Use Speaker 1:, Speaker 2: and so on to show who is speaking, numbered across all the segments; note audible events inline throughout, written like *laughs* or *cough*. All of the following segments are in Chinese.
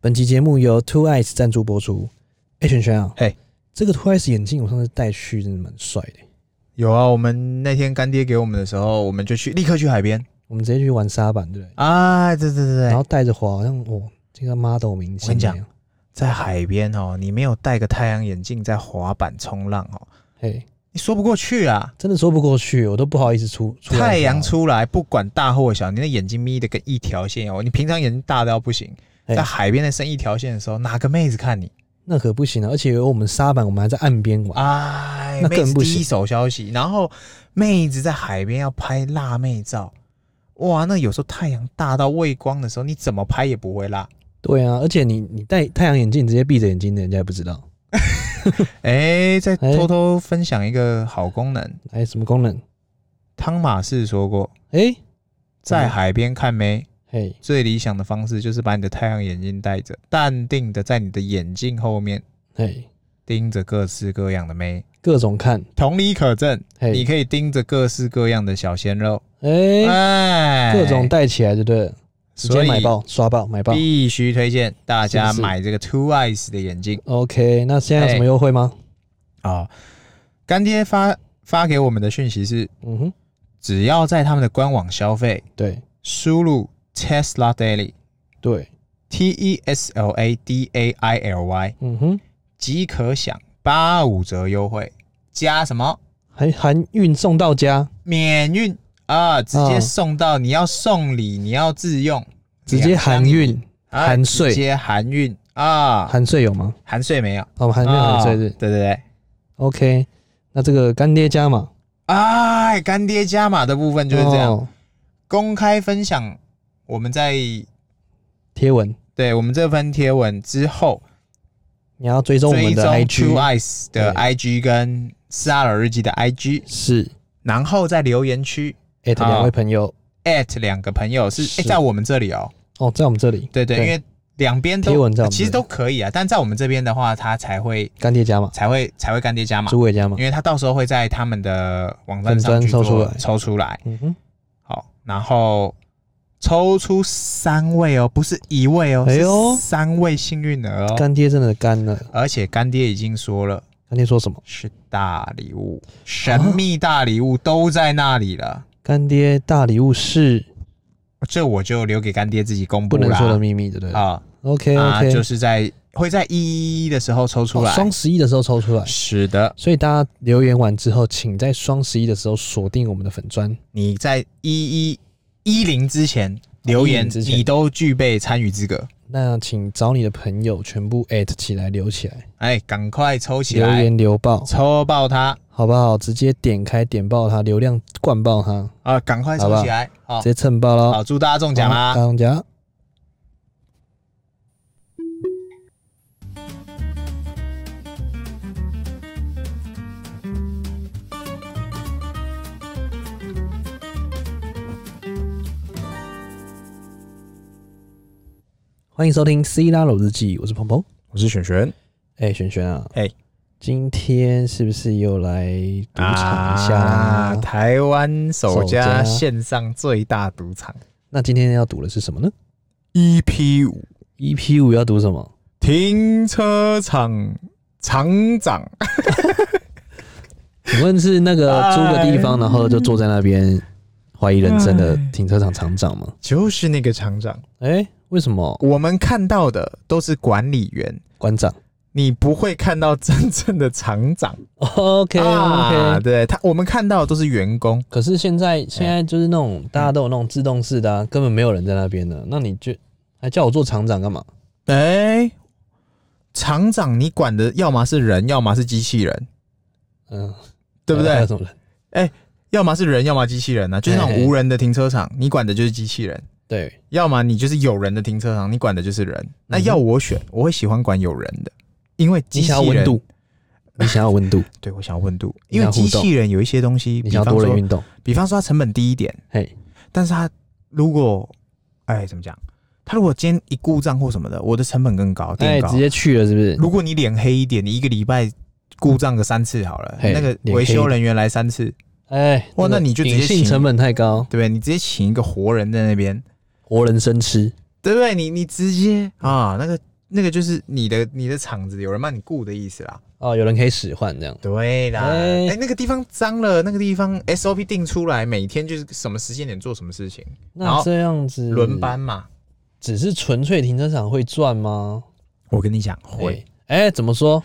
Speaker 1: 本期节目由 Two Eyes 赞助播出。哎、璇璇啊，
Speaker 2: 嘿
Speaker 1: 这个 Two Eyes 眼镜我上次戴去真的蛮帅的。
Speaker 2: 有啊，我们那天干爹给我们的时候，我们就去立刻去海边
Speaker 1: 我们直接去玩沙板，对不对？
Speaker 2: 啊！对对对
Speaker 1: 然
Speaker 2: 对
Speaker 1: 后，带着滑，好像哦，这个 model 明星
Speaker 2: 我跟你讲
Speaker 1: 那样，
Speaker 2: 在海边哦，你没有戴个太阳眼镜在滑板冲浪哦，
Speaker 1: 嘿，
Speaker 2: 你说不过去啊！
Speaker 1: 真的说不过去，我都不好意思出。出来
Speaker 2: 太阳
Speaker 1: 滑，
Speaker 2: 出来，不管大或小，你的眼睛眯的跟一条线哦。你平常眼睛大到不行，
Speaker 1: 嘿
Speaker 2: 在海边的伸一条线的时候，哪个妹子看你？
Speaker 1: 那可不行啊了、而且我们沙板，我们还在岸边玩，
Speaker 2: 哎，
Speaker 1: 啊那
Speaker 2: 妹
Speaker 1: 更
Speaker 2: 子
Speaker 1: 不
Speaker 2: 第
Speaker 1: 行
Speaker 2: 一手消息，然后妹子在海边要拍辣妹照，哇，那有时候太阳大到畏光的时候，你怎么拍也不会辣。
Speaker 1: 对啊，而且你你戴太阳眼镜，直接闭着眼睛的，人家也不知道。
Speaker 2: 哎、再
Speaker 1: 哎
Speaker 2: 偷偷分享一个好功能，
Speaker 1: 哎、什么功能？
Speaker 2: 汤马士说过，
Speaker 1: 哎、
Speaker 2: 在海边看妹。
Speaker 1: 嘿，
Speaker 2: 最理想的方式就是把你的太阳眼镜戴着，淡定的在你的眼镜后面
Speaker 1: 嘿，
Speaker 2: 盯着各式各样的妹。哎
Speaker 1: 各种看，
Speaker 2: 同理可证，你
Speaker 1: 嘿，
Speaker 2: 可以盯着各式各样的小鲜肉，
Speaker 1: 哎、
Speaker 2: 哎，
Speaker 1: 各种戴起来，对不对了？直
Speaker 2: 所
Speaker 1: 接
Speaker 2: 以
Speaker 1: 买爆，刷爆，买爆。
Speaker 2: 必须推荐大家
Speaker 1: 是不是
Speaker 2: 买这个 Two Eyes 的眼镜
Speaker 1: OK，那现在有什么
Speaker 2: 哎
Speaker 1: 优惠吗？
Speaker 2: 啊、干爹发发给我们的讯息是，
Speaker 1: 嗯哼，
Speaker 2: 只要在他们的官网消费，
Speaker 1: 对
Speaker 2: 输入 Tesla Daily
Speaker 1: 对，
Speaker 2: T E S L A D A I L Y
Speaker 1: 嗯哼，
Speaker 2: 即可享八五折优惠，加什么
Speaker 1: 还含运送到家，
Speaker 2: 免运啊，直接
Speaker 1: 嗯
Speaker 2: 送到你要送礼，你要自用，
Speaker 1: 直接含运，
Speaker 2: 啊
Speaker 1: 含税
Speaker 2: 直接含运啊，
Speaker 1: 含税有吗？
Speaker 2: 含税没有？
Speaker 1: 哦，含没有含税
Speaker 2: 啊
Speaker 1: 是
Speaker 2: 对对对。
Speaker 1: OK，那这个干爹加嘛，
Speaker 2: 哎，干爹加码的部分就是这样，
Speaker 1: 哦
Speaker 2: 公开分享我们在
Speaker 1: 贴文，
Speaker 2: 对我们这份贴文之后，
Speaker 1: 你要追踪我
Speaker 2: 追
Speaker 1: 们
Speaker 2: 踪
Speaker 1: 的
Speaker 2: Two
Speaker 1: IG
Speaker 2: Eyes 的
Speaker 1: 对
Speaker 2: IG 跟斯拉尔日记的 IG，
Speaker 1: 是
Speaker 2: 然后在留言区
Speaker 1: at
Speaker 2: 啊
Speaker 1: 两位朋友
Speaker 2: at 两个朋友是
Speaker 1: 是
Speaker 2: 哎、在我们这里哦，
Speaker 1: 哦，在我们这里，
Speaker 2: 对对，
Speaker 1: 对
Speaker 2: 因为两边
Speaker 1: 贴
Speaker 2: 都
Speaker 1: 文在我们这里
Speaker 2: 其实都可以啊，但在我们这边的话，他才会
Speaker 1: 干爹加嘛，
Speaker 2: 才会才会干爹加码，
Speaker 1: 诸位加嘛
Speaker 2: 因，为他到时候会在他们的网站
Speaker 1: 粉
Speaker 2: 上
Speaker 1: 专
Speaker 2: 去
Speaker 1: 抽出
Speaker 2: 做
Speaker 1: 来
Speaker 2: 抽出来。
Speaker 1: 嗯哼，
Speaker 2: 好，然后抽出三位哦，不是一位哦，
Speaker 1: 哎呦
Speaker 2: 是三位幸运儿哦。
Speaker 1: 干爹真的干了，
Speaker 2: 而且干爹已经说了，
Speaker 1: 干爹说什么？
Speaker 2: 是大礼物，
Speaker 1: 啊
Speaker 2: 神秘大礼物都在那里了。
Speaker 1: 干爹大礼物是
Speaker 2: 这我就留给干爹自己公布
Speaker 1: 不能
Speaker 2: 啦。
Speaker 1: 说的秘密，对不对
Speaker 2: 啊
Speaker 1: ？OK
Speaker 2: 啊，就
Speaker 1: OK，
Speaker 2: 是在会在一一的时候抽出来。
Speaker 1: 哦双十一的时候抽出来。
Speaker 2: 是的，
Speaker 1: 所以大家留言完之后，请在双十一的时候锁定我们的粉砖。
Speaker 2: 你在一一一零之前留言，
Speaker 1: 10之前
Speaker 2: 你都具备参与资格。
Speaker 1: 那请找你的朋友全部 at 起来，留起来，
Speaker 2: 哎，赶快抽起
Speaker 1: 留
Speaker 2: 来，
Speaker 1: 言留爆，
Speaker 2: 抽爆它
Speaker 1: 好不好？直接点开点爆它，流量灌爆它，
Speaker 2: 啊！赶快
Speaker 1: 好不
Speaker 2: 抽
Speaker 1: 好
Speaker 2: 起来，好
Speaker 1: 直。接蹭爆喽！
Speaker 2: 好，祝大家中奖啦！
Speaker 1: 中奖！欢迎收听《C 拉鲁日记》，我是鹏鹏。
Speaker 2: 我是璇璇，
Speaker 1: 哎、璇璇啊，
Speaker 2: 哎
Speaker 1: 今天是不是又来赌场一下啦？
Speaker 2: 啊台湾首
Speaker 1: 首家
Speaker 2: 家线上最大赌场
Speaker 1: 那今天要赌的是什么呢
Speaker 2: EP E 五
Speaker 1: ？EP 五要赌什么？
Speaker 2: 停车场厂长，
Speaker 1: 请问是那个
Speaker 2: 哎
Speaker 1: 租个地方，然后就坐在那边怀疑人生
Speaker 2: 哎
Speaker 1: 的停车场厂长吗？
Speaker 2: 就是那个厂长。
Speaker 1: 哎、为什么
Speaker 2: 我们看到的都是管理员，
Speaker 1: 馆长
Speaker 2: 你不会看到真正的厂长。
Speaker 1: ？OK OK，、
Speaker 2: 啊对他，我们看到的都是员工。
Speaker 1: 可是现在现在就是那
Speaker 2: 哎
Speaker 1: 种大家都有那种自动式的、啊，根本没有人在那边的，那你就还叫我做厂长干嘛？
Speaker 2: 哎、厂长，你管的要么是人，要么是机器人，
Speaker 1: 嗯，
Speaker 2: 对不
Speaker 1: 还
Speaker 2: 对
Speaker 1: 有？什么人？
Speaker 2: 要么是人，要么机器人啊，就是那
Speaker 1: 嘿嘿
Speaker 2: 种无人的停车场，你管的就是机器人；
Speaker 1: 对，
Speaker 2: 要么你就是有人的停车场，你管的就是人。
Speaker 1: 嗯
Speaker 2: 那要我选，我会喜欢管有人的，因为
Speaker 1: 你
Speaker 2: 机器
Speaker 1: 想要
Speaker 2: 人
Speaker 1: 温，度，你想要温度，
Speaker 2: 对我想要温度，
Speaker 1: 你
Speaker 2: 因
Speaker 1: 想
Speaker 2: 为
Speaker 1: 要互动
Speaker 2: 机器人有一些东西，
Speaker 1: 你
Speaker 2: *laughs* 比
Speaker 1: 想
Speaker 2: 方
Speaker 1: 要多人
Speaker 2: 说，
Speaker 1: 运动，
Speaker 2: 比方说它成本低一点，
Speaker 1: 嘿，
Speaker 2: 但是它如果，哎，怎么讲？它如果今天一故障或什么的，我的成本更高，
Speaker 1: 哎、
Speaker 2: 垫高
Speaker 1: 直。接去了是不是？
Speaker 2: 如果你脸黑一点，你一个礼拜故障个三次好了，
Speaker 1: 嘿
Speaker 2: 那个
Speaker 1: 脸
Speaker 2: 维
Speaker 1: 黑一
Speaker 2: 修
Speaker 1: 点
Speaker 2: 人员来三次，
Speaker 1: 哎、
Speaker 2: 哇
Speaker 1: 个
Speaker 2: 那你就直接
Speaker 1: 隐性
Speaker 2: 请
Speaker 1: 成本太高
Speaker 2: 对，不对？你直接请一个活人在那边。
Speaker 1: 活人生吃，
Speaker 2: 对不对？你你直接啊，那个那个就是你的你的场子有人帮你雇的意思啦。
Speaker 1: 哦，有人可以使唤这样。
Speaker 2: 对啦，哎、
Speaker 1: 哎
Speaker 2: 那个地方脏了，那个地方 SOP 定出来，每天就是什么时间点做什么事情，然
Speaker 1: 那
Speaker 2: 后
Speaker 1: 这样子
Speaker 2: 轮班嘛。
Speaker 1: 嗯只是纯粹停车场会赚吗？
Speaker 2: 我跟你讲，会
Speaker 1: 哎、哎怎么说？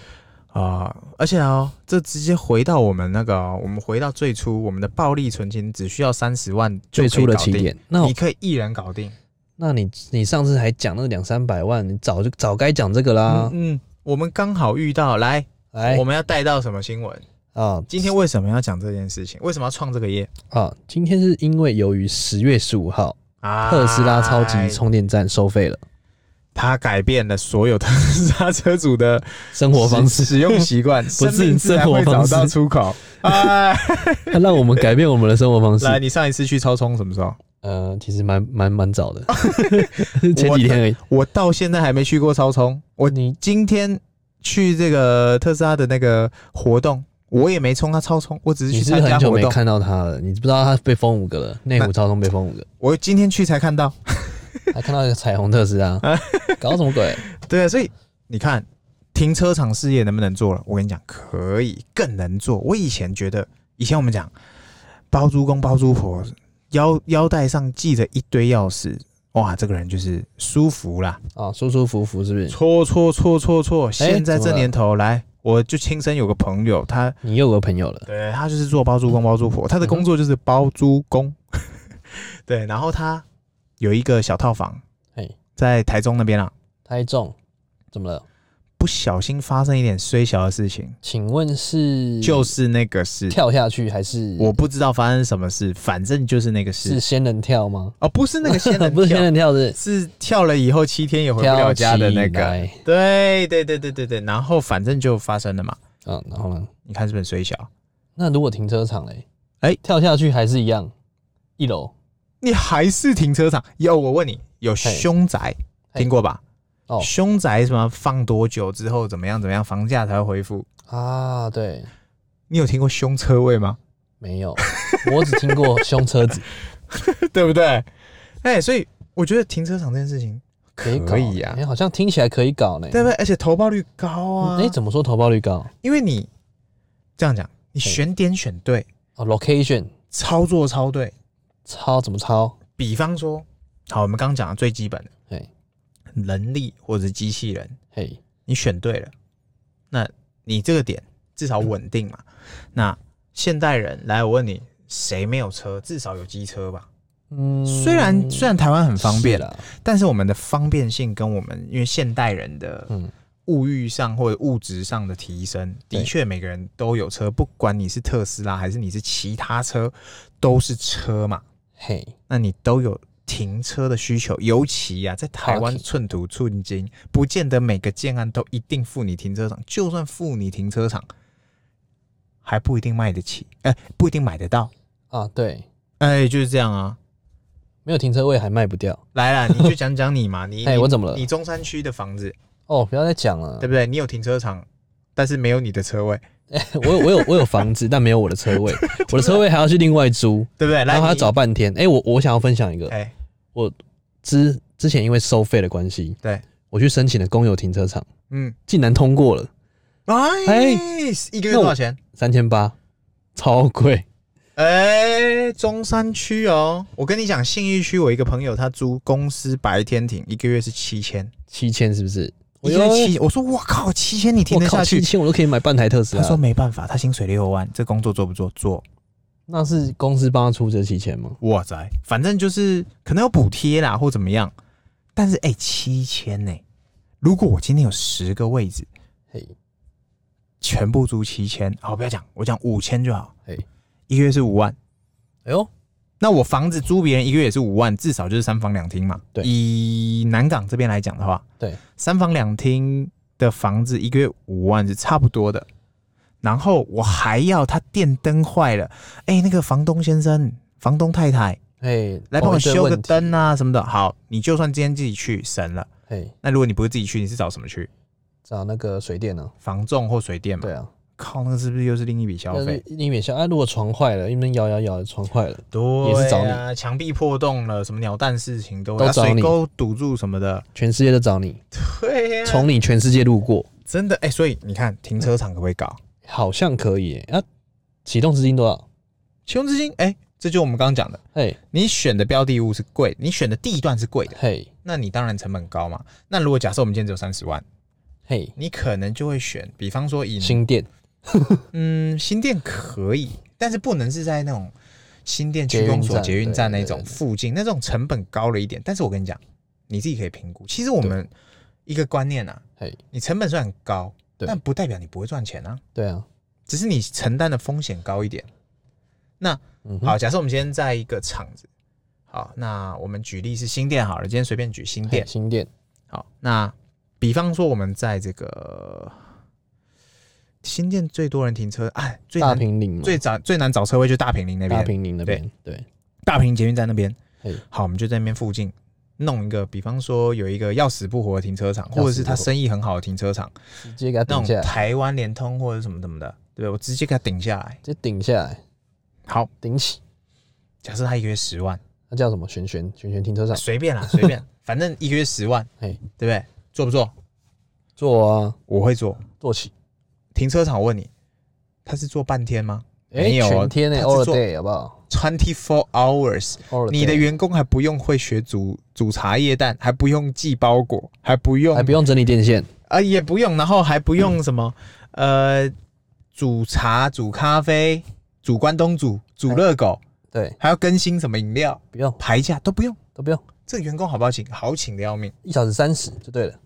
Speaker 2: 啊、而且啊、这直接回到我们那个哦、我们回到最初，我们的暴力存钱只需要三十万就可
Speaker 1: 最
Speaker 2: 以
Speaker 1: 初的
Speaker 2: 搞
Speaker 1: 起
Speaker 2: 定，
Speaker 1: 点。哦那我
Speaker 2: 你可以一人搞定。
Speaker 1: 那你你上次还讲那两三百万，你早就早该讲这个啦。
Speaker 2: 嗯嗯，我们刚好遇到，来，
Speaker 1: 啊来
Speaker 2: 我们要带到什么新闻？
Speaker 1: 啊
Speaker 2: 今天为什么要讲这件事情？为什么要创这个业？
Speaker 1: 啊，今天是因为由于十月十五号
Speaker 2: 啊
Speaker 1: 特斯拉超级充电站收费了，
Speaker 2: 它改变了所 *laughs* 有特斯拉车主的
Speaker 1: 生活方式，
Speaker 2: 使使用习惯，
Speaker 1: 不是
Speaker 2: 生命自然会
Speaker 1: 生活方式
Speaker 2: 找到出口。
Speaker 1: *laughs*
Speaker 2: 哎，
Speaker 1: 它 *laughs* 让我们改变我们的生活方式。
Speaker 2: 来，你上一次去超充什么时候？
Speaker 1: 呃，其实蛮蛮蛮早
Speaker 2: *laughs*
Speaker 1: 的，前几天而已。
Speaker 2: 我到现在还没去过超充。我
Speaker 1: 你
Speaker 2: 今天去这个特斯拉的那个活动，我也没充它超充，我只是
Speaker 1: 你
Speaker 2: 去
Speaker 1: 是不
Speaker 2: 参
Speaker 1: 是很
Speaker 2: 加
Speaker 1: 久
Speaker 2: 活
Speaker 1: 没
Speaker 2: 动。
Speaker 1: 看到他了？你不知道他被封五个了，内湖超通被封五个，
Speaker 2: 我今天去才看到。
Speaker 1: 还看到一个彩虹特斯
Speaker 2: *laughs*
Speaker 1: 拉，搞什么鬼？
Speaker 2: 对啊，所以你看，停车场事业能不能做了？我跟你讲，可以，更能做。我以前觉得，以前我们讲包租公包租婆，腰腰带上系着一堆钥匙，哇，这个人就是舒服啦，
Speaker 1: 啊，舒舒服服是不是？
Speaker 2: 错错错错错。现在
Speaker 1: 哎怎么
Speaker 2: 这
Speaker 1: 了
Speaker 2: 年头，来，我就亲身有个朋友，他
Speaker 1: 你又有个朋友了，
Speaker 2: 对他就是做包租公包租婆，他的工作就是包租公。 *laughs* 对，然后他有一个小套房
Speaker 1: 嘿，
Speaker 2: 在台中那边啊，
Speaker 1: 太重，怎么了？
Speaker 2: 不小心发生一点虽小的事情。
Speaker 1: 请问是
Speaker 2: 就是那个事，
Speaker 1: 嗯跳下去还是
Speaker 2: 我不知道发生什么事，反正就是那个
Speaker 1: 是
Speaker 2: 事。
Speaker 1: 仙人跳吗？
Speaker 2: 哦，不是那
Speaker 1: *laughs*
Speaker 2: 个仙人
Speaker 1: 不是仙
Speaker 2: 跳，
Speaker 1: 人跳是
Speaker 2: 是跳了以后七天也回不了
Speaker 1: 跳
Speaker 2: 家的那
Speaker 1: 起
Speaker 2: 个。
Speaker 1: 来
Speaker 2: 对对对对对对，然后反正就发生了嘛。
Speaker 1: 啊，然后呢？
Speaker 2: 你看是不是很水小？
Speaker 1: 那如果停车场嘞？
Speaker 2: 哎
Speaker 1: 跳下去还是一样，一楼
Speaker 2: 你还是停车场？有我问你，有凶宅
Speaker 1: 嘿
Speaker 2: 听过吧？
Speaker 1: 哦
Speaker 2: 凶宅什么放多久之后怎么样怎么样，房价才会恢复？
Speaker 1: 啊？对，
Speaker 2: 你有听过凶车位 *laughs* 吗？
Speaker 1: 没有，我只听过凶车
Speaker 2: *laughs*
Speaker 1: 子，
Speaker 2: 对不对？哎、所以我觉得停车场这件事情
Speaker 1: 可以搞
Speaker 2: 可以啊呀、
Speaker 1: 哎好像听起来可以搞呢。
Speaker 2: 对不对？而且投报率高啊！
Speaker 1: 哎、怎么说投报率高？
Speaker 2: 因为你这样讲，你选点选对，
Speaker 1: 哦，location
Speaker 2: 操作操对。
Speaker 1: 超怎么超？
Speaker 2: 比方说，好，我们刚刚讲的最基本的
Speaker 1: 嘿，
Speaker 2: 人力或者是机器人，
Speaker 1: 嘿，
Speaker 2: 你选对了，那你这个点至少稳定嘛。那现代人来，我问你，谁没有车？至少有机车吧。
Speaker 1: 嗯，
Speaker 2: 虽然虽然台湾很方便
Speaker 1: 是，啊啦，
Speaker 2: 但是我们的方便性跟我们因为现代人的
Speaker 1: 嗯
Speaker 2: 物欲上或者物质上的提升，的
Speaker 1: 对
Speaker 2: 确每个人都有车，不管你是特斯拉还是你是其他车，都是车嘛，
Speaker 1: 嘿，
Speaker 2: 那你都有停车的需求。尤其啊，在台湾
Speaker 1: Parking
Speaker 2: 寸土寸金，不见得每个建案都一定付你停车场，就算付你停车场，还不一定卖得起， *laughs* 哎、不一定买得到，
Speaker 1: 啊，对，
Speaker 2: 哎、就是这样啊。
Speaker 1: 没有停车位还卖不掉。
Speaker 2: 来啦，你就讲 *laughs* 讲你嘛，你
Speaker 1: 哎、
Speaker 2: 你
Speaker 1: 我怎么了
Speaker 2: 你？中山区的房子，
Speaker 1: 哦，不要再讲了 *laughs*
Speaker 2: 对。不对？你有停车场，但是没有你的车位，
Speaker 1: 我有我有我有房子，但没有我的车
Speaker 2: *laughs*
Speaker 1: 位，我的车位还要去另外租，
Speaker 2: 对不对？来，
Speaker 1: 然后还要
Speaker 2: 你
Speaker 1: 找半天。哎、我我想要分享一个，
Speaker 2: 哎、
Speaker 1: 之之前因为收费的关系，
Speaker 2: 对
Speaker 1: 我去申请了公有停车场，
Speaker 2: 嗯，
Speaker 1: 竟然通过了
Speaker 2: 哎，一个月
Speaker 1: 那我
Speaker 2: 多少钱？
Speaker 1: 三千八，超贵。
Speaker 2: 哎、中山区哦，我跟你讲，信义区我一个朋友他租公司白天停，一个月是七千，
Speaker 1: 七千是不是？
Speaker 2: 一个月七，我说我靠，七千你停
Speaker 1: 哎我
Speaker 2: 得
Speaker 1: 靠，
Speaker 2: 下
Speaker 1: 七
Speaker 2: 去？
Speaker 1: 千我都可以买半台特斯
Speaker 2: 他
Speaker 1: 拉。
Speaker 2: 说没办法，他薪水六万，这工作做不做？做，
Speaker 1: 那是公司帮他出这七千吗？
Speaker 2: 哇塞，反正就是可能有补贴啦或怎么样，但是哎，七千呢？如果我今天有十个位置，
Speaker 1: 嘿，
Speaker 2: 全部租七千，好，不要讲，我讲五千就好，
Speaker 1: 嘿
Speaker 2: 一个月是五万。
Speaker 1: 哎呦，
Speaker 2: 那我房子租别人一个月也是五万，至少就是三房两厅嘛。
Speaker 1: 对
Speaker 2: 以南港这边来讲的话，
Speaker 1: 对，
Speaker 2: 三房两厅的房子一个月五万是差不多的。然后我还要他电灯坏了，哎、那个房东先生、房东太太
Speaker 1: 嘿，
Speaker 2: 来帮我
Speaker 1: 哦
Speaker 2: 修个。
Speaker 1: 一堆问
Speaker 2: 灯
Speaker 1: 题
Speaker 2: 啊什么的。
Speaker 1: 哦
Speaker 2: 好，你就算今天自己去省了，
Speaker 1: 嘿，
Speaker 2: 那如果你不是自己去，你是找什么去？
Speaker 1: 找那个水电呢？
Speaker 2: 房仲或水电嘛？
Speaker 1: 对啊，
Speaker 2: 靠，那个是不是又是另一笔消
Speaker 1: 要
Speaker 2: 费
Speaker 1: 是？你免消啊。如果床坏了，一边摇摇摇，床坏了
Speaker 2: 对、
Speaker 1: 也是找你
Speaker 2: 啊，墙壁破洞了，什么鸟蛋事情都
Speaker 1: 都
Speaker 2: 啊
Speaker 1: 找
Speaker 2: 水
Speaker 1: 你
Speaker 2: 沟堵住什么的，
Speaker 1: 全世界都找你。
Speaker 2: 对啊呀、
Speaker 1: 从你全世界路过，
Speaker 2: 真的哎、所以你看停车场可不可以搞？
Speaker 1: 好像可以、欸。啊，启动资金多少？
Speaker 2: 启用资金哎、这就我们刚刚讲的，
Speaker 1: 嘿，
Speaker 2: 你选的标的物是贵，你选的地段是贵的，
Speaker 1: 嘿，
Speaker 2: 那你当然成本高嘛。那如果假设我们今天只有三十万，
Speaker 1: 嘿，
Speaker 2: 你可能就会选，比方说以
Speaker 1: 新店
Speaker 2: 嗯，新店可以，但是不能是在那种新店
Speaker 1: 捷
Speaker 2: 区
Speaker 1: 运
Speaker 2: 公所
Speaker 1: 站
Speaker 2: 捷运
Speaker 1: 对
Speaker 2: 站
Speaker 1: 对
Speaker 2: 那
Speaker 1: 对
Speaker 2: 种
Speaker 1: 对
Speaker 2: 附近，那种成本高了一点。但是我跟你讲，你自己可以评估。其实我
Speaker 1: 对
Speaker 2: 们一个观念啊
Speaker 1: 嘿，
Speaker 2: 你成本虽然很高，
Speaker 1: 对
Speaker 2: 但不代表你不会赚钱啊，
Speaker 1: 对啊，
Speaker 2: 只是你承担的风险高一点。那
Speaker 1: 嗯哼，
Speaker 2: 好，假设我们今天在一个厂子，好，那我们举例是新店好了，今天随便举新
Speaker 1: 嘿，
Speaker 2: 店。
Speaker 1: 新店，
Speaker 2: 好，那比方说我们在这个新店最多人停车，哎，最
Speaker 1: 大
Speaker 2: 难
Speaker 1: 平林嘛，
Speaker 2: 最早最难找车位就是大平林那边，
Speaker 1: 大平林那边，对，
Speaker 2: 大平捷运站那边
Speaker 1: 嘿。
Speaker 2: 好，我们就在那边附近弄一个，比方说有一个要死不活的停车场，
Speaker 1: 要死不活
Speaker 2: 或者是他生意很好的停车场，
Speaker 1: 直接给它
Speaker 2: 那
Speaker 1: 顶下
Speaker 2: 种
Speaker 1: 来，
Speaker 2: 台湾联通或者什么什么的，对不对？我直接给他顶下来。
Speaker 1: 直接顶下来，
Speaker 2: 好，
Speaker 1: 顶起。
Speaker 2: 假设他一个月十万，
Speaker 1: 那叫什么？旋旋旋旋停
Speaker 2: *laughs*
Speaker 1: 车场，
Speaker 2: 随便啦，随便，反正一个月十 *laughs* 万，对
Speaker 1: 嘿
Speaker 2: 不对？做不做？
Speaker 1: 做啊，
Speaker 2: 我会做。
Speaker 1: 做起。
Speaker 2: 停车场，我问你，他是做半天吗？
Speaker 1: 哎，
Speaker 2: 没有哦
Speaker 1: 全天呢
Speaker 2: 它是
Speaker 1: ，all
Speaker 2: 做
Speaker 1: day 好不好哎
Speaker 2: Twenty four hours，
Speaker 1: ？all day？
Speaker 2: 你的员工还不用会学煮煮茶叶蛋，还不用寄包裹，还不用
Speaker 1: 还不用整理电线，
Speaker 2: 啊，也不用，然后还不用什么，呃，煮茶、煮咖啡、煮关东煮、煮热狗，
Speaker 1: 对，
Speaker 2: 还要更新什么饮料、
Speaker 1: 不用
Speaker 2: 排价都不用。
Speaker 1: 都不用，
Speaker 2: 这个员工好不好请？好请的要 *laughs* 命。
Speaker 1: 一小时三十就对了。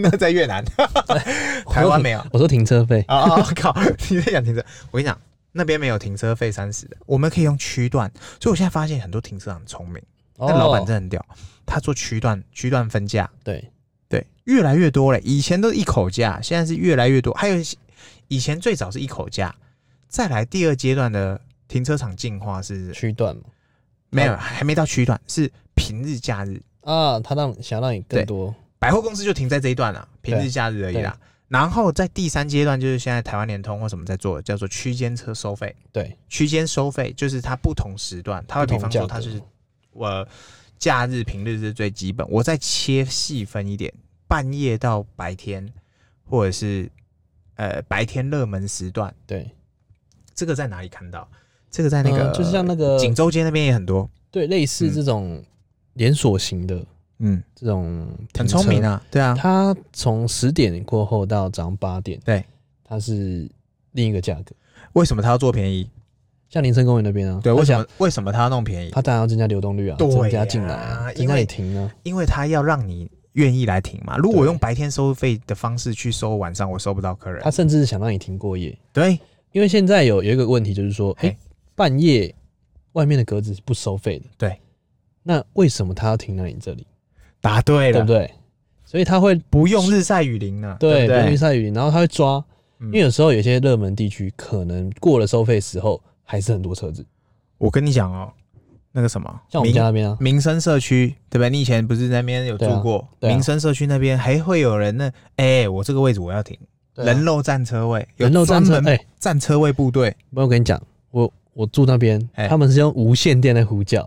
Speaker 2: 那在越南， *laughs* 台湾没有
Speaker 1: 我说。我说停车
Speaker 2: *laughs*
Speaker 1: 费，
Speaker 2: 啊啊！靠，你在讲停车？我跟你讲，那边没有停车费三十的，我们可以用区段。所以我现在发现很多停车场很聪明，那老板真
Speaker 1: 哦
Speaker 2: 的很屌，他做区段区段分价，
Speaker 1: 对，
Speaker 2: 对，越来越多了。以前都一口价，现在是越来越多。还有一些以前最早是一口价，再来第二阶段的停车场进化是
Speaker 1: 区段嘛。
Speaker 2: 没有，还没到区段，是平日假日。
Speaker 1: 啊，他让想让你更
Speaker 2: 对
Speaker 1: 多，
Speaker 2: 百货公司就停在这一段了，平日假日而已啦。然后在第三阶段就是现在台湾联通或什么在做的，叫做区间车收费。
Speaker 1: 对，
Speaker 2: 区间收费就是它不同时段，它会
Speaker 1: 不
Speaker 2: 比
Speaker 1: 同
Speaker 2: 方
Speaker 1: 价
Speaker 2: 说
Speaker 1: 格
Speaker 2: 它是我、呃假日、平日是最基本，我再切细分一点，半夜到白天，或者是呃白天热门时段，
Speaker 1: 对，
Speaker 2: 这个在哪里看到？这个在那个、
Speaker 1: 嗯就是像那个
Speaker 2: 锦州街那边也很多，
Speaker 1: 对，类似
Speaker 2: 嗯
Speaker 1: 这种连锁型的
Speaker 2: 嗯，
Speaker 1: 这种
Speaker 2: 很聪明
Speaker 1: 啊。
Speaker 2: 啊，对啊，
Speaker 1: 它从十点过后到早上八点，
Speaker 2: 对，
Speaker 1: 它是另一个价格。
Speaker 2: 为什么他要做便宜？
Speaker 1: 像林森公园那边啊，
Speaker 2: 对，
Speaker 1: 它
Speaker 2: 为什
Speaker 1: 想
Speaker 2: 么为什么他要弄便宜？
Speaker 1: 它当然要增加流动率啊，
Speaker 2: 对呀
Speaker 1: 增加进来啊，增
Speaker 2: 因
Speaker 1: 加
Speaker 2: 为
Speaker 1: 你停啊，
Speaker 2: 因为他要让你愿意来停嘛。如果
Speaker 1: 对
Speaker 2: 用白天收费的方式去收，晚上我收不到客人
Speaker 1: 它。甚至是想让你停过夜。
Speaker 2: 对，
Speaker 1: 因为现在有有一个问题就是说，哎、
Speaker 2: 嘿
Speaker 1: 半夜外面的格子是不收费的，
Speaker 2: 对，
Speaker 1: 那为什么它要停在你这里，
Speaker 2: 答
Speaker 1: 对
Speaker 2: 对了，
Speaker 1: 不对？所以它会
Speaker 2: 不用日晒雨淋呢，
Speaker 1: 对
Speaker 2: 对不
Speaker 1: 不
Speaker 2: 对
Speaker 1: 用？晒雨淋，然后它会抓，
Speaker 2: 嗯
Speaker 1: 因为有时候有些热门地区可能过了收费时候还是很多车子，
Speaker 2: 我跟你讲哦，那个什么，
Speaker 1: 像我们家那边啊，
Speaker 2: 民民生社区，对不对？你以前不是在那边有
Speaker 1: 对啊
Speaker 2: 住过？
Speaker 1: 对啊
Speaker 2: 民生社区那边还会有人呢，哎、我这个位置我要停，
Speaker 1: 对啊
Speaker 2: 人肉占车位，有
Speaker 1: 人肉站车
Speaker 2: 专，门
Speaker 1: 哎、
Speaker 2: 占车位部队，
Speaker 1: 我跟你讲，我我住那边，
Speaker 2: 哎
Speaker 1: 他们是用无线电在呼
Speaker 2: *laughs*
Speaker 1: 叫。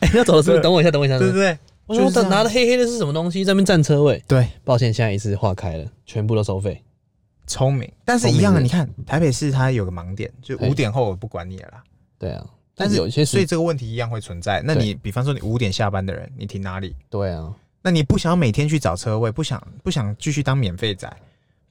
Speaker 1: 哎，你要走的是不是？
Speaker 2: 对
Speaker 1: 等我一下，等我一下。
Speaker 2: 对不对？
Speaker 1: 我说
Speaker 2: 就是这
Speaker 1: 我
Speaker 2: 样
Speaker 1: 拿的黑黑的是什么东西？在那边占车位。
Speaker 2: 对，
Speaker 1: 抱歉，现在一次划开了，全部都收费。
Speaker 2: 聪明，但是一样的，
Speaker 1: 聪
Speaker 2: 啊
Speaker 1: 明
Speaker 2: 你看台北市它有个盲点，就
Speaker 1: 哎
Speaker 2: 五点后我不管你了啦。
Speaker 1: 对啊，
Speaker 2: 但
Speaker 1: 但
Speaker 2: 是
Speaker 1: 是有一些
Speaker 2: 所以
Speaker 1: 是，
Speaker 2: 这个问题一样会存在。那你比方说你五点下班的人，你停哪里？
Speaker 1: 对啊，
Speaker 2: 那你不想每天去找车位，不想不想继续当免费仔，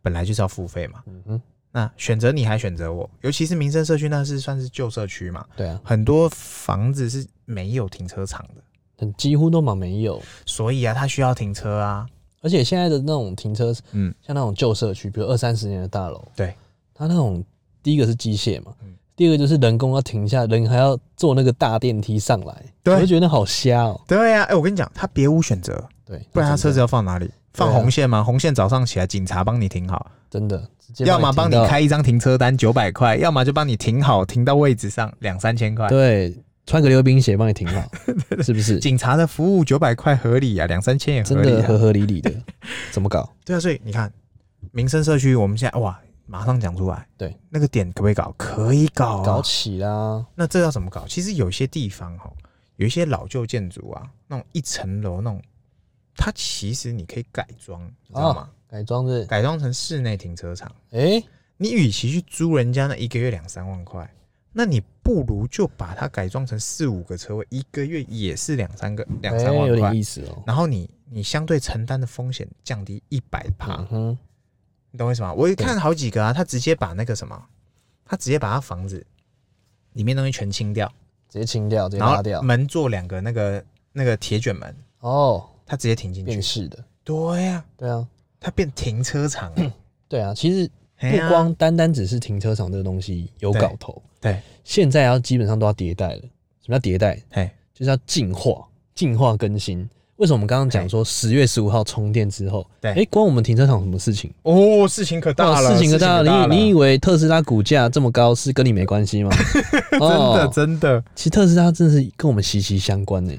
Speaker 2: 本来就是要付费嘛。
Speaker 1: 嗯哼，
Speaker 2: 那选择你还选择我，尤其是民生社区，那是算是旧社区嘛，
Speaker 1: 对啊，
Speaker 2: 很多房子是没有停车场的，
Speaker 1: 很几乎都嘛没有。
Speaker 2: 所以啊，他需要停车啊。
Speaker 1: 而且现在的那种停车，
Speaker 2: 嗯
Speaker 1: 嗯，像那种旧社区，比如二三十年的大楼，
Speaker 2: 对，
Speaker 1: 它那种第一个是机械嘛
Speaker 2: 嗯，
Speaker 1: 第二个就是人工要停下，人还要坐那个大电梯上来，
Speaker 2: 对
Speaker 1: 我就觉得好瞎哦。
Speaker 2: 对啊，哎、我跟你讲，他别无选择，
Speaker 1: 对，
Speaker 2: 不然他车
Speaker 1: 真的
Speaker 2: 子要放哪里？放
Speaker 1: 对啊
Speaker 2: 红线吗？红线早上起来，警察帮你停好，
Speaker 1: 真的，直接
Speaker 2: 要么帮你
Speaker 1: 停到
Speaker 2: 开一张停车单九百块，要么就帮你停好，停到位置上两三千块。
Speaker 1: 对，穿个溜冰鞋帮你停
Speaker 2: *laughs*
Speaker 1: 好，是不是？
Speaker 2: 警察的服务九百块合理啊，两三千也
Speaker 1: 真
Speaker 2: 合理
Speaker 1: 的合
Speaker 2: 啊。
Speaker 1: 合理理
Speaker 2: *laughs*
Speaker 1: 的，怎么搞？
Speaker 2: 对啊，所以你看，民生社区我们现在哇，马上讲出来，
Speaker 1: 对，
Speaker 2: 那个点可不可以搞？可以搞、
Speaker 1: *laughs*
Speaker 2: 啊，
Speaker 1: 搞起啦！
Speaker 2: 那这要怎么搞？其实有些地方哈，有一些老旧建筑啊，那种一层楼那种，它其实你可以改装，你知
Speaker 1: 哦
Speaker 2: 道吗？
Speaker 1: 改装是
Speaker 2: 改装成室内停车场。
Speaker 1: 诶，
Speaker 2: 你与其去租人家那一个月两三万块，那你不如就把它改装成四五个车位，一个月也是两三个两三
Speaker 1: 诶有
Speaker 2: 万
Speaker 1: 点
Speaker 2: 块，
Speaker 1: 意思哦。
Speaker 2: 然后你你相对承担的风险降低一百趴，
Speaker 1: 嗯哼，
Speaker 2: 你懂我意思吗？我一看好几个啊，他直接把那个什么，他直接把他房子里面东西全清掉，
Speaker 1: 直接清掉，直接
Speaker 2: 然
Speaker 1: 拉掉
Speaker 2: 后。嗯门做两个那个那个铁卷门，
Speaker 1: 哦，
Speaker 2: 他直接停进
Speaker 1: 变
Speaker 2: 去。
Speaker 1: 式的，
Speaker 2: 对呀、
Speaker 1: 对啊，
Speaker 2: 它变停车场、欸，
Speaker 1: 对啊。其实
Speaker 2: 嘿
Speaker 1: 不
Speaker 2: 啊
Speaker 1: 光单单只是停车场这个东西有搞头，
Speaker 2: 对，
Speaker 1: 现在要基本上都要迭代了。什么叫迭代？
Speaker 2: 嘿，
Speaker 1: 就是要进化、进化更新。为什么我们刚刚讲说十月十五号充电之后，
Speaker 2: 对
Speaker 1: 哎、关我们停车场有什么事情？
Speaker 2: 哦，事情可大
Speaker 1: 哇
Speaker 2: 了，
Speaker 1: 事情可大
Speaker 2: 了，
Speaker 1: 了。你你以为特斯拉股价这么高是跟你没关系吗？真
Speaker 2: *laughs* 真的真的，
Speaker 1: 其实特斯拉真的是跟我们息息相关呢、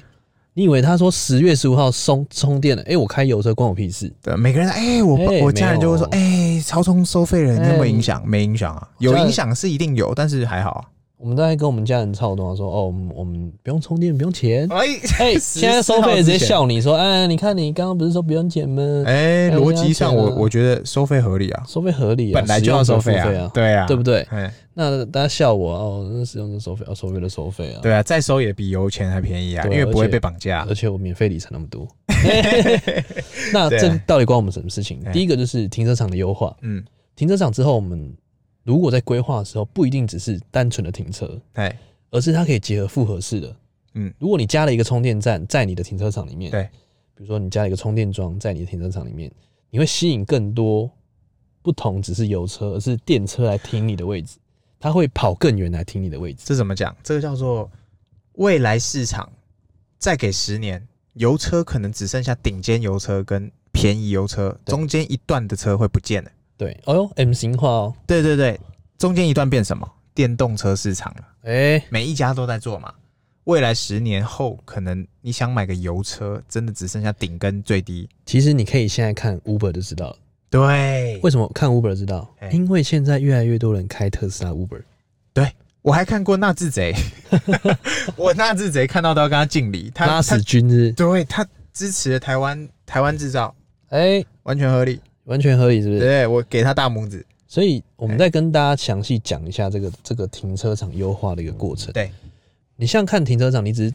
Speaker 1: 你以为他说十月十五号充充电了？哎、我开油车关我屁事？
Speaker 2: 对，每个人哎、我爸
Speaker 1: 哎
Speaker 2: 我家人就会说，
Speaker 1: 没
Speaker 2: 哎、超充收费人有没有影响？没影响啊，有
Speaker 1: 家人
Speaker 2: 影响是一定有，但是还好啊。
Speaker 1: 我们都在跟我们家人操动啊，说哦，我们我们不用充电，不用钱。
Speaker 2: 哎、 *laughs*
Speaker 1: 哎、现在收费直接
Speaker 2: 笑。
Speaker 1: 笑你说，哎，你看你刚刚不是说不用钱吗？
Speaker 2: 哎，
Speaker 1: 哎
Speaker 2: 逻
Speaker 1: 我现
Speaker 2: 辑
Speaker 1: 在
Speaker 2: 上
Speaker 1: 觉
Speaker 2: 我
Speaker 1: 得
Speaker 2: 我觉得收费合理啊，
Speaker 1: 收费合理啊，
Speaker 2: 本来就
Speaker 1: 使用
Speaker 2: 要
Speaker 1: 者
Speaker 2: 收
Speaker 1: 付
Speaker 2: 费
Speaker 1: 费
Speaker 2: 啊，对啊，
Speaker 1: 对不对？
Speaker 2: 哎，
Speaker 1: 那大家笑我哦，那使用者收费哦，收费的收费啊，
Speaker 2: 对啊，再收也比油钱还便宜啊，因
Speaker 1: 对
Speaker 2: 为不会
Speaker 1: 而且
Speaker 2: 被绑架
Speaker 1: 而。且我免费理财那么
Speaker 2: *laughs*
Speaker 1: 多， *laughs* 那这
Speaker 2: 对啊
Speaker 1: 到底关我们什么事情
Speaker 2: 哎？
Speaker 1: 第一个就是停车场的优化，
Speaker 2: 嗯，
Speaker 1: 停车场之后，我们如果在规划的时候，不一定只是单纯的停车，
Speaker 2: 哎，
Speaker 1: 而是它可以结合复合式的。
Speaker 2: 嗯，
Speaker 1: 如果你加了一个充电站在你的停车场里面，
Speaker 2: 对，
Speaker 1: 比如说你加了一个充电桩在你的停车场里面，你会吸引更多不同只是油车，而是电车来停你的位置，它会跑更远来停你的位置。
Speaker 2: 这怎么讲？这个叫做未来市场，再给十年，油车可能只剩下顶尖油车跟便宜油车，
Speaker 1: 对
Speaker 2: 中间一段的车会不见了。
Speaker 1: 对，哦哟，M 型化哦，
Speaker 2: 对对对，中间一段变什么？电动车市场了，
Speaker 1: 哎、
Speaker 2: 每一家都在做嘛。未来十年后，可能你想买个油车，真的只剩下顶跟最低。
Speaker 1: 其实你可以现在看 Uber 就知道了。
Speaker 2: 对，
Speaker 1: 为什么看 Uber 知道
Speaker 2: 哎？
Speaker 1: 因为现在越来越多人开特斯拉 Uber。
Speaker 2: 我还看过纳智贼， *laughs* 我纳智贼看到都要跟他敬礼，他
Speaker 1: 拉
Speaker 2: 他
Speaker 1: 屎君日，
Speaker 2: 对他支持了台湾台湾制造，
Speaker 1: 哎、
Speaker 2: 完全合理，
Speaker 1: 完全合理，是不是？
Speaker 2: 对我给他大拇指。
Speaker 1: 所以我们再跟大家详细讲一下这个这个停车场优化的一个过程。
Speaker 2: 对，
Speaker 1: 你像看停车场，你只是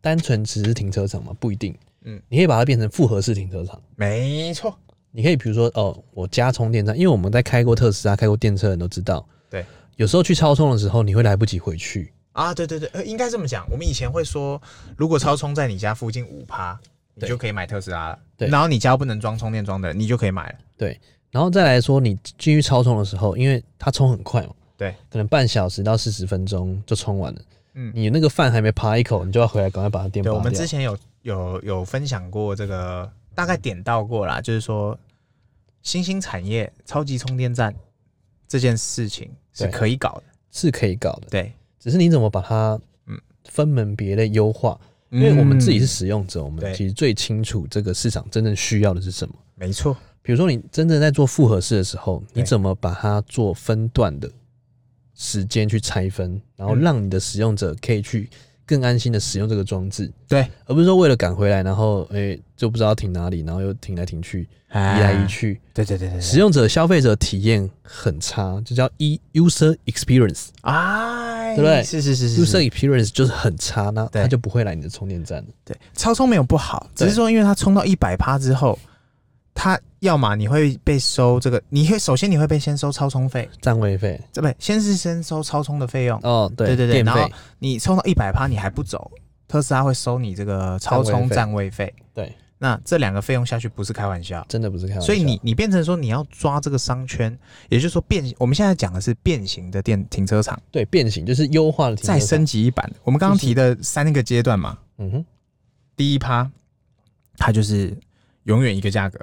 Speaker 1: 单纯只是停车场吗？不一定，
Speaker 2: 嗯
Speaker 1: 嗯，你可以把它变成复合式停车场。
Speaker 2: 没错，
Speaker 1: 你可以比如说哦，我加充电站，因为我们在开过特斯拉、开过电车的人都知道，
Speaker 2: 对，
Speaker 1: 有时候去超充的时候，你会来不及回去，
Speaker 2: 啊，对对对，呃，应该这么讲，我们以前会说，如果超充在你家附近五趴，你
Speaker 1: 对
Speaker 2: 就可以买特斯拉了。
Speaker 1: 对
Speaker 2: 然后你家不能装充电桩的，你就可以买了。
Speaker 1: 然后再来说，你进去超充的时候，因为它充很快嘛，哦
Speaker 2: 对，
Speaker 1: 可能半小时到四十分钟就充完了。
Speaker 2: 嗯
Speaker 1: 你那个饭还没扒一口，你就要回来赶快把它电
Speaker 2: 对，我
Speaker 1: 拔
Speaker 2: 们
Speaker 1: 掉
Speaker 2: 之。前有有有分享过这个，大概点到过啦，就是说新兴产业、超级充电站这件事情是
Speaker 1: 对
Speaker 2: 可以搞的。
Speaker 1: 是可以搞的，
Speaker 2: 对，
Speaker 1: 只是你怎么把它
Speaker 2: 嗯
Speaker 1: 分门别类优化？
Speaker 2: 因
Speaker 1: 因为我们自己是使用者，我
Speaker 2: 嗯对
Speaker 1: 们其实最清楚这个市场真正需要的是什么。
Speaker 2: 嗯没错，
Speaker 1: 比如说，你真正在做复合式的时候，
Speaker 2: 对
Speaker 1: 你怎么把它做分段的时间去拆分，然后
Speaker 2: 嗯
Speaker 1: 让你的使用者可以去更安心的使用这个装置，
Speaker 2: 对，
Speaker 1: 而不是说为了赶回来，然后诶、就不知道停哪里，然后又停来停去，移
Speaker 2: 移
Speaker 1: 来移，去，
Speaker 2: 对对对对
Speaker 1: 使
Speaker 2: 对，
Speaker 1: 用者消费者体验很差，就叫 e user experience。
Speaker 2: 哎，
Speaker 1: 对不对
Speaker 2: 是是是是
Speaker 1: user
Speaker 2: 是，
Speaker 1: experience 就是很差，那
Speaker 2: 对
Speaker 1: 他就不会来你的充电站了。
Speaker 2: 对，超充没有不好，只
Speaker 1: 对
Speaker 2: 是说因为它充到一百趴之后，它要么你会被收这个，你会首先你会被先收超充费，
Speaker 1: 占位费
Speaker 2: 这不先是先收超充的费用，
Speaker 1: 哦，对
Speaker 2: 对对对
Speaker 1: 电
Speaker 2: 然后
Speaker 1: 费
Speaker 2: 你充到一百趴你还不走，特斯拉会收你这个超充
Speaker 1: 占
Speaker 2: 占位费。
Speaker 1: 对，
Speaker 2: 那这两个费用下去不是开玩笑，
Speaker 1: 真的不是开玩笑。
Speaker 2: 所以你你变成说你要抓这个商圈，也就是说变，我们现在讲的是变形的电停车场，
Speaker 1: 对变形就是优化的停车
Speaker 2: 再
Speaker 1: 场
Speaker 2: 升，级一版。我们刚刚提的三个阶段嘛，
Speaker 1: 嗯哼，
Speaker 2: 第一趴它就是永远一个价格，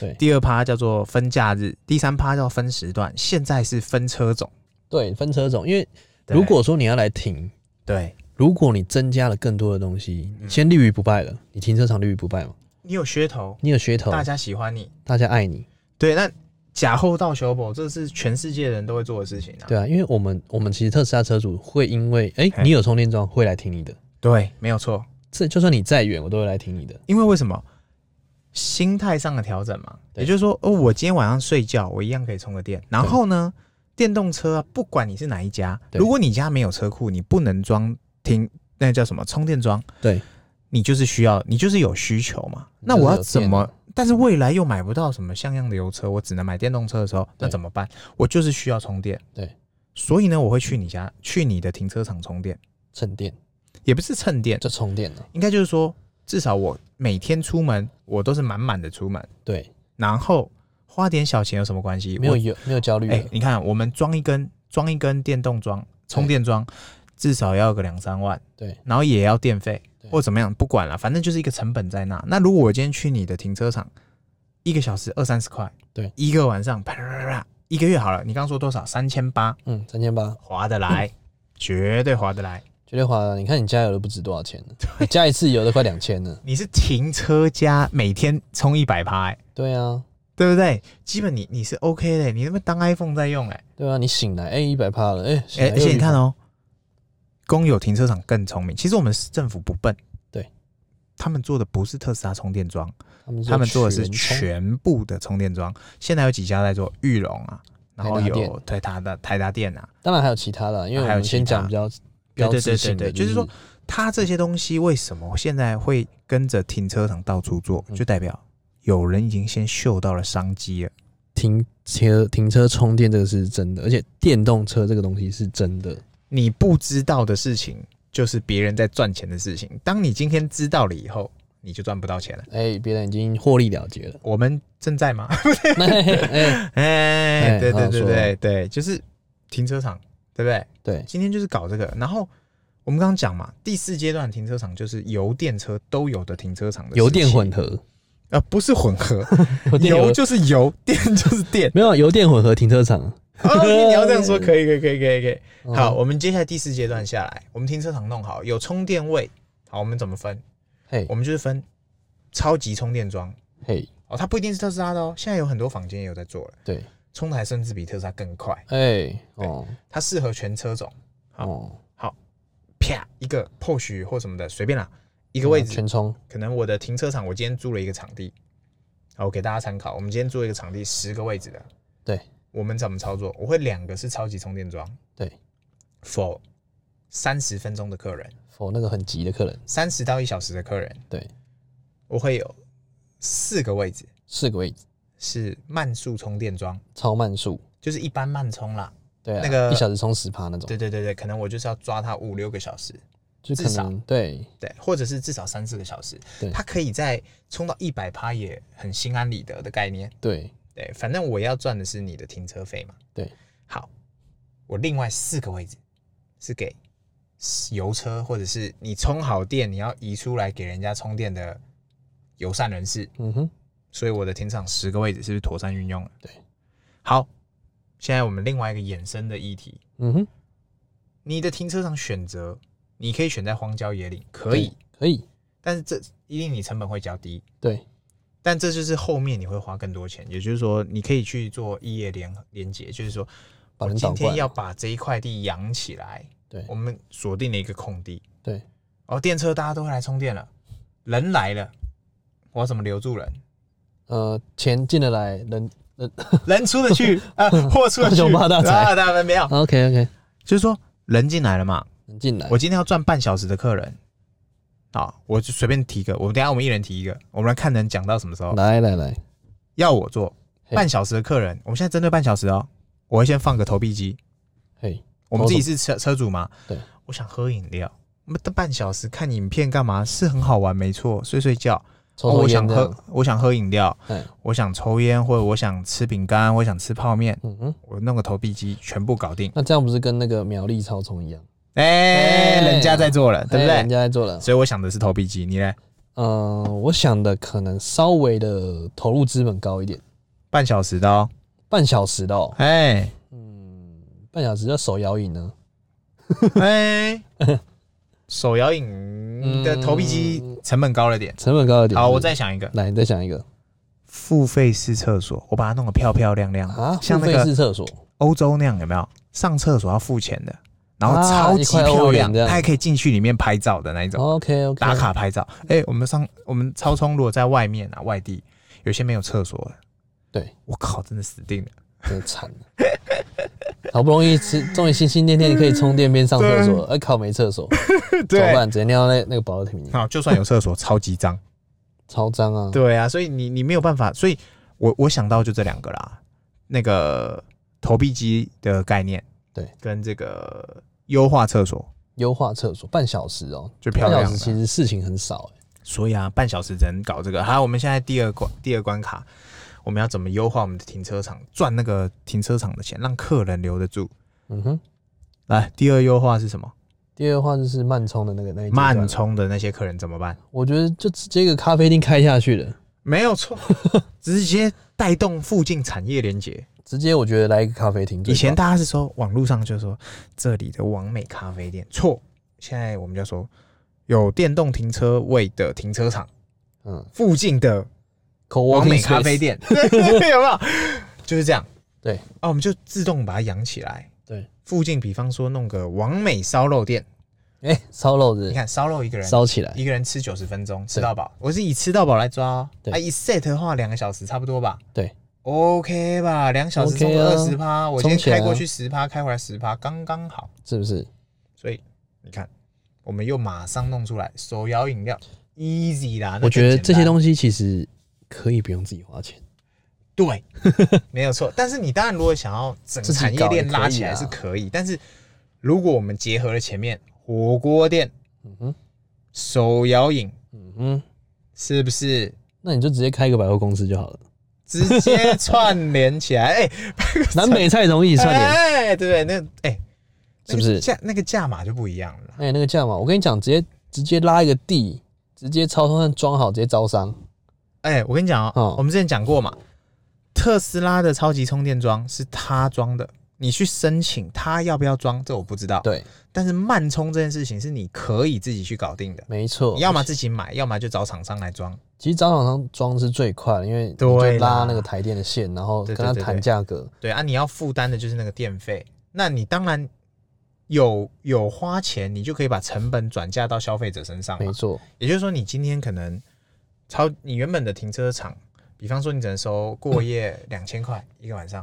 Speaker 1: 对
Speaker 2: 第二趴叫做分假日，第三趴叫分时段，现在是分车种。
Speaker 1: 对分车种，因为
Speaker 2: 对
Speaker 1: 如果说你要来停，
Speaker 2: 对
Speaker 1: 如果你增加了更多的东西，
Speaker 2: 嗯
Speaker 1: 你先立于不败了，你停车场立于不败嘛，
Speaker 2: 你有噱头，
Speaker 1: 你有噱头，
Speaker 2: 大家喜欢你，
Speaker 1: 大家爱你，
Speaker 2: 对，那假后道修补，这是全世界人都会做的事情啊。
Speaker 1: 对啊，因为我们我们其实特斯拉车主会因为哎、
Speaker 2: 嘿
Speaker 1: 你有充电桩会来停你的，
Speaker 2: 对，没有错。
Speaker 1: 这就算你再远我都会来停你的，
Speaker 2: 因为为什么？心态上的调整嘛。
Speaker 1: 对
Speaker 2: 也就是说，哦，我今天晚上睡觉，我一样可以充个电。然后呢，电动车啊，不管你是哪一家，
Speaker 1: 对
Speaker 2: 如果你家没有车库，你不能装停，那叫什么充电桩？
Speaker 1: 对，
Speaker 2: 你就是需要，你就是有需求嘛。那
Speaker 1: 就是
Speaker 2: 我要
Speaker 1: 有
Speaker 2: 怎
Speaker 1: 电
Speaker 2: 么？但是未来又买不到什么像样的油车，我只能买电动车的时候，那
Speaker 1: 对
Speaker 2: 怎么办？我就是需要充电。
Speaker 1: 对，
Speaker 2: 所以呢，我会去你家，去你的停车场充电，
Speaker 1: 蹭电
Speaker 2: 也不是蹭电，
Speaker 1: 就充电了。
Speaker 2: 应该就是说，至少我每天出门，我都是满满的出门，
Speaker 1: 对，
Speaker 2: 然后花点小钱有什么关系？
Speaker 1: 没有
Speaker 2: 我
Speaker 1: 有没有焦虑
Speaker 2: 哎、
Speaker 1: 了。
Speaker 2: 你看我们装一根装一根电动桩充电桩，至少要个两三万，
Speaker 1: 对，
Speaker 2: 然后也要电费
Speaker 1: 对
Speaker 2: 或怎么样，不管了，反正就是一个成本在那。那如果我今天去你的停车场，一个小时二三十块，
Speaker 1: 对，
Speaker 2: 一个晚上啪啪啪啪，一个月好了，你刚刚说多少？三千八，
Speaker 1: 嗯，三千八
Speaker 2: 划得来，绝对划得来。
Speaker 1: 绝对划得来。你看你加油都不止多少钱呢，你加一次油都快两千了。
Speaker 2: 你是停车加每天充一百趴，哎、
Speaker 1: 对啊，
Speaker 2: 对不对？基本你你是 OK 的，你那么当 iPhone 在用哎、
Speaker 1: 对啊，你醒来哎一百趴了，哎、醒
Speaker 2: 哎、
Speaker 1: 来
Speaker 2: 而且你看
Speaker 1: 又100%
Speaker 2: 哦，公有停车场更聪明。其实我们市政府不笨，
Speaker 1: 对，
Speaker 2: 他们做的不是特斯拉充电桩，
Speaker 1: 他们
Speaker 2: 他们做的是
Speaker 1: 全充
Speaker 2: 全部的充电桩。现在有几家在做，玉龙啊，然后
Speaker 1: 台达电
Speaker 2: 有台达的台达电啊，
Speaker 1: 当然还有其他的，因为我
Speaker 2: 还有
Speaker 1: 们
Speaker 2: 其
Speaker 1: 先讲
Speaker 2: 他
Speaker 1: 比较
Speaker 2: 对
Speaker 1: 标
Speaker 2: 对
Speaker 1: 志
Speaker 2: 对对
Speaker 1: 性的，
Speaker 2: 对，就是说它这些东西为什么现在会跟着停车场到处做，
Speaker 1: 嗯
Speaker 2: 就代表有人已经先嗅到了商机了。
Speaker 1: 停车停车充电这个是真的，而且电动车这个东西是真的，
Speaker 2: 你不知道的事情，就是别人在赚钱的事情。当你今天知道了以后，你就赚不到钱了。。
Speaker 1: 哎、别人已经获利了结了
Speaker 2: *laughs* 我们正在吗？
Speaker 1: 那哎、
Speaker 2: 哎，
Speaker 1: *laughs* 哎
Speaker 2: *laughs* 对对
Speaker 1: 好
Speaker 2: 对
Speaker 1: 说
Speaker 2: 对对，就是停车场，对不对？
Speaker 1: 对
Speaker 2: 今天就是搞这个。然后我们刚刚讲嘛，第四阶段停车场就是油电车都有的停车场的
Speaker 1: 油电
Speaker 2: 时期
Speaker 1: 混，合，
Speaker 2: 呃，不是混合，
Speaker 1: *laughs* 油电
Speaker 2: *laughs* 油
Speaker 1: 混
Speaker 2: 就是油，电就是
Speaker 1: *laughs*
Speaker 2: 电。
Speaker 1: 没有啊油电混合停车场。
Speaker 2: 哦，你要这样说可以，可以，可以，可以，可以。
Speaker 1: 嗯
Speaker 2: *laughs* 好，，我们接下来第四阶段下来，我们停车场弄好，有充电位。好，我们怎么分？
Speaker 1: 嘿
Speaker 2: 我们就是分超级充电桩
Speaker 1: 嘿，
Speaker 2: 哦，它不一定是特斯拉的哦，现在有很多坊间也有在做了，
Speaker 1: 对，
Speaker 2: 充台甚至比特斯拉更快，
Speaker 1: 哎、哦
Speaker 2: 它适合全车种，好
Speaker 1: 哦，
Speaker 2: 啪一个 Porsche 或什么的随便啦，一个位置，
Speaker 1: 全充，
Speaker 2: 可能我的停车场我今天租了一个场地，好，我给大家参考，我们今天租了一个场地十个位置的，
Speaker 1: 对，
Speaker 2: 我们怎么操作？我会两个是超级充电桩，
Speaker 1: 对
Speaker 2: ，for 三十分钟的客人，
Speaker 1: 否那个很急的客人，
Speaker 2: 三十到一小时的客人，
Speaker 1: 对，
Speaker 2: 我会有四个位置
Speaker 1: 四个位置，
Speaker 2: 是慢速充电桩。
Speaker 1: 超慢速，
Speaker 2: 就是一般慢充啦。
Speaker 1: 对啊，
Speaker 2: 那个
Speaker 1: 一小时充十趴那种
Speaker 2: 对，对对对，可能我就是要抓它五六个小时，
Speaker 1: 就可
Speaker 2: 至少
Speaker 1: 能对
Speaker 2: 对，或者是至少三四个小时
Speaker 1: 对。
Speaker 2: 它可以在充到一百趴也很心安理得的概念。
Speaker 1: 对
Speaker 2: 对，反正我要赚的是你的停车费嘛。
Speaker 1: 对，
Speaker 2: 好，我另外四个位置是给油车或者是你充好电你要移出来给人家充电的友善人士，
Speaker 1: 嗯哼，
Speaker 2: 所以我的停场十个位置是不是妥善运用了？
Speaker 1: 对，
Speaker 2: 好，现在我们另外一个衍生的议题，
Speaker 1: 嗯哼，
Speaker 2: 你的停车场选择，你可以选在荒郊野岭，可以
Speaker 1: 对，，可以，
Speaker 2: 但是这一定你成本会较低，
Speaker 1: 对
Speaker 2: 但这就是后面你会花更多钱，也就是说你可以去做异业联连接，就是说
Speaker 1: 把
Speaker 2: 我
Speaker 1: 人
Speaker 2: 今
Speaker 1: 倒过
Speaker 2: 天
Speaker 1: 来
Speaker 2: 要把这一块地养起来，
Speaker 1: 对
Speaker 2: 我们锁定了一个空地，
Speaker 1: 对，
Speaker 2: 哦，电车大家都会来充电了，人来了，我要怎么留住人？
Speaker 1: 呃，钱进得来，人人
Speaker 2: 人出得去
Speaker 1: *laughs*
Speaker 2: 啊，货出得去，
Speaker 1: 雄霸大财，
Speaker 2: 啊，大家没有
Speaker 1: ，OK OK，
Speaker 2: 就是说人进来了嘛，
Speaker 1: 能进来
Speaker 2: 我，今天要赚半小时的客人，好，我就随便提一个，我们等一下我们一人提一个，我们来看能讲到什么时候。
Speaker 1: 来来来，
Speaker 2: 要我做
Speaker 1: 嘿
Speaker 2: 半小时的客人，我们现在针对半小时哦，我会先放个投币机，
Speaker 1: 嘿，
Speaker 2: 我们自己是车车主嘛，
Speaker 1: 对，
Speaker 2: 我想喝饮料，我们等半小时看影片干嘛是很好玩，没错，睡睡觉。
Speaker 1: 抽
Speaker 2: 哦
Speaker 1: 抽
Speaker 2: 我
Speaker 1: 烟
Speaker 2: 想
Speaker 1: 这样
Speaker 2: 喝，，我想喝饮料，
Speaker 1: 哎，
Speaker 2: 我想抽烟，或者我想吃饼干，我想吃泡面，
Speaker 1: 嗯哼，
Speaker 2: 我弄个投币机，全部搞定。
Speaker 1: 那这样不是跟那个苗栗超充一样，
Speaker 2: 哎、
Speaker 1: 哎
Speaker 2: 人家在做了，对不
Speaker 1: 哎
Speaker 2: 对？
Speaker 1: 人家在做了，
Speaker 2: 所以我想的是投币机，你呢？
Speaker 1: 嗯、我想的可能稍微的投入资本高一点，
Speaker 2: 半小时的哦，
Speaker 1: 半小时的、哦，
Speaker 2: 哎、
Speaker 1: 嗯，半小时要手摇饮呢，
Speaker 2: 哎， *laughs* 手摇饮的投币机成本高了点。
Speaker 1: 成本高一点。
Speaker 2: 好，
Speaker 1: 是不
Speaker 2: 我
Speaker 1: 是
Speaker 2: 再想一个
Speaker 1: 来，你再想一个
Speaker 2: 嗯付费式厕所，我把它弄得漂漂亮亮，
Speaker 1: 啊，付
Speaker 2: 像那
Speaker 1: 费
Speaker 2: 个
Speaker 1: 式厕所，
Speaker 2: 欧洲那样，有没有？上厕所要付钱的，然后超级
Speaker 1: 啊一块
Speaker 2: 漂
Speaker 1: 欧
Speaker 2: 亮
Speaker 1: 元这，样
Speaker 2: 它还可以进去里面拍照的那一种。
Speaker 1: OK OK，
Speaker 2: 打卡拍照。哎、我们上我们超充如果在外面啊，外地有些没有厕所的，
Speaker 1: 对
Speaker 2: 我靠，真的死定 *laughs* 了。
Speaker 1: 真的惨了。 *laughs* 好不容易吃，终于心心念念你可以充电边上厕所
Speaker 2: 啊
Speaker 1: 了，哎靠，没厕
Speaker 2: *laughs*
Speaker 1: 所，怎么，办？直接尿在那个保乐瓶里，
Speaker 2: 好，就算有厕所，超级脏。
Speaker 1: 超脏啊！
Speaker 2: 对啊，所以你你没有办法，所以我我想到就这两个啦，那个投币机的概念，
Speaker 1: 对，
Speaker 2: 跟这个优化厕所。
Speaker 1: 优化厕所半小时哦、
Speaker 2: 就漂
Speaker 1: 半
Speaker 2: 亮
Speaker 1: 小
Speaker 2: 了
Speaker 1: 时其实事情很少、欸，
Speaker 2: 所以啊，半小时只能搞这个。好，我们现在第二关第二关卡，我们要怎么优化我们的停车场，赚那个停车场的钱，让客人留得住。
Speaker 1: 嗯哼。
Speaker 2: 来，第二优化是什么？
Speaker 1: 第二话就是慢充的那个那一阶段
Speaker 2: 慢，充的那些客人怎么办？
Speaker 1: 我觉得就直接一个咖啡厅开下去了，
Speaker 2: 没有错， *laughs* 直接带动附近产业连接。
Speaker 1: 直接我觉得来一个咖啡厅最
Speaker 2: 以
Speaker 1: 棒。
Speaker 2: 前大家是说网络上就说这里的完美咖啡店，错，现在我们就说有电动停车位的停车场
Speaker 1: 嗯
Speaker 2: 附近的
Speaker 1: c o
Speaker 2: 完
Speaker 1: w
Speaker 2: 美咖啡店，对有没有？就是这样。
Speaker 1: 对
Speaker 2: 啊，我们就自动把它养起来。
Speaker 1: 对，
Speaker 2: 附近比方说弄个完美烧肉店，
Speaker 1: 哎烧肉子
Speaker 2: 你看烧肉一个人
Speaker 1: 烧起来，
Speaker 2: 一个人吃九十分钟，吃
Speaker 1: 对
Speaker 2: 到饱。我是以吃到饱来抓哦，
Speaker 1: 对
Speaker 2: 啊，一 set 的话两个小时差不多吧。
Speaker 1: 对
Speaker 2: ，OK 吧，两小时
Speaker 1: OK
Speaker 2: 中个
Speaker 1: 啊
Speaker 2: 二十趴，我今
Speaker 1: 冲
Speaker 2: 天
Speaker 1: 起来
Speaker 2: 开
Speaker 1: 啊
Speaker 2: 过去十趴，开回来十趴，刚刚好。
Speaker 1: 是不是？
Speaker 2: 所以你看，我们又马上弄出来手摇饮料，easy 啦。
Speaker 1: 我觉得这些
Speaker 2: 西
Speaker 1: 东西其实可以不用自己花钱， *laughs*
Speaker 2: 对，没有错。但是你当然如果想要整个
Speaker 1: 自己
Speaker 2: 产业
Speaker 1: 搞也
Speaker 2: 链
Speaker 1: 可
Speaker 2: 拉
Speaker 1: 以
Speaker 2: 起来
Speaker 1: 啊
Speaker 2: 是可以，但是如果我们结合了前面火锅店、
Speaker 1: 嗯哼，
Speaker 2: 手摇饮，
Speaker 1: 嗯哼，
Speaker 2: 是不是
Speaker 1: 那你就直接开一个百货公司就好了。
Speaker 2: 直接串
Speaker 1: *laughs*
Speaker 2: 联起来？哎、
Speaker 1: 南北菜容易串联，
Speaker 2: 哎、对不对？那哎、
Speaker 1: 是
Speaker 2: 那个
Speaker 1: 不是？
Speaker 2: 价那个价码就不一样了啦？
Speaker 1: 哎、那个价嘛，我跟你讲，直接直接拉一个地，直接超商装好，直接招商。
Speaker 2: 哎、我跟你讲哦、
Speaker 1: 哦
Speaker 2: 我们之前讲过嘛，特斯拉的超级充电桩是他装的，你去申请他要不要装，这我不知道。
Speaker 1: 对，
Speaker 2: 但是慢充这件事情是你可以自己去搞定的，
Speaker 1: 没错。
Speaker 2: 你要么自己买，要么就找厂商来装。
Speaker 1: 其实找厂商装是最快的，因为你就
Speaker 2: 对啦
Speaker 1: 拉那个台电的线，然后
Speaker 2: 对
Speaker 1: 跟
Speaker 2: 对
Speaker 1: 他
Speaker 2: 对
Speaker 1: 谈
Speaker 2: 对
Speaker 1: 价格。
Speaker 2: 对啊，你要负担的就是那个电费。那你当然有有花钱，你就可以把成本转嫁到消费者身上嘛
Speaker 1: 没。错，
Speaker 2: 也就是说，你今天可能超你原本的停车场，比方说你只能收过夜两千块一个晚上，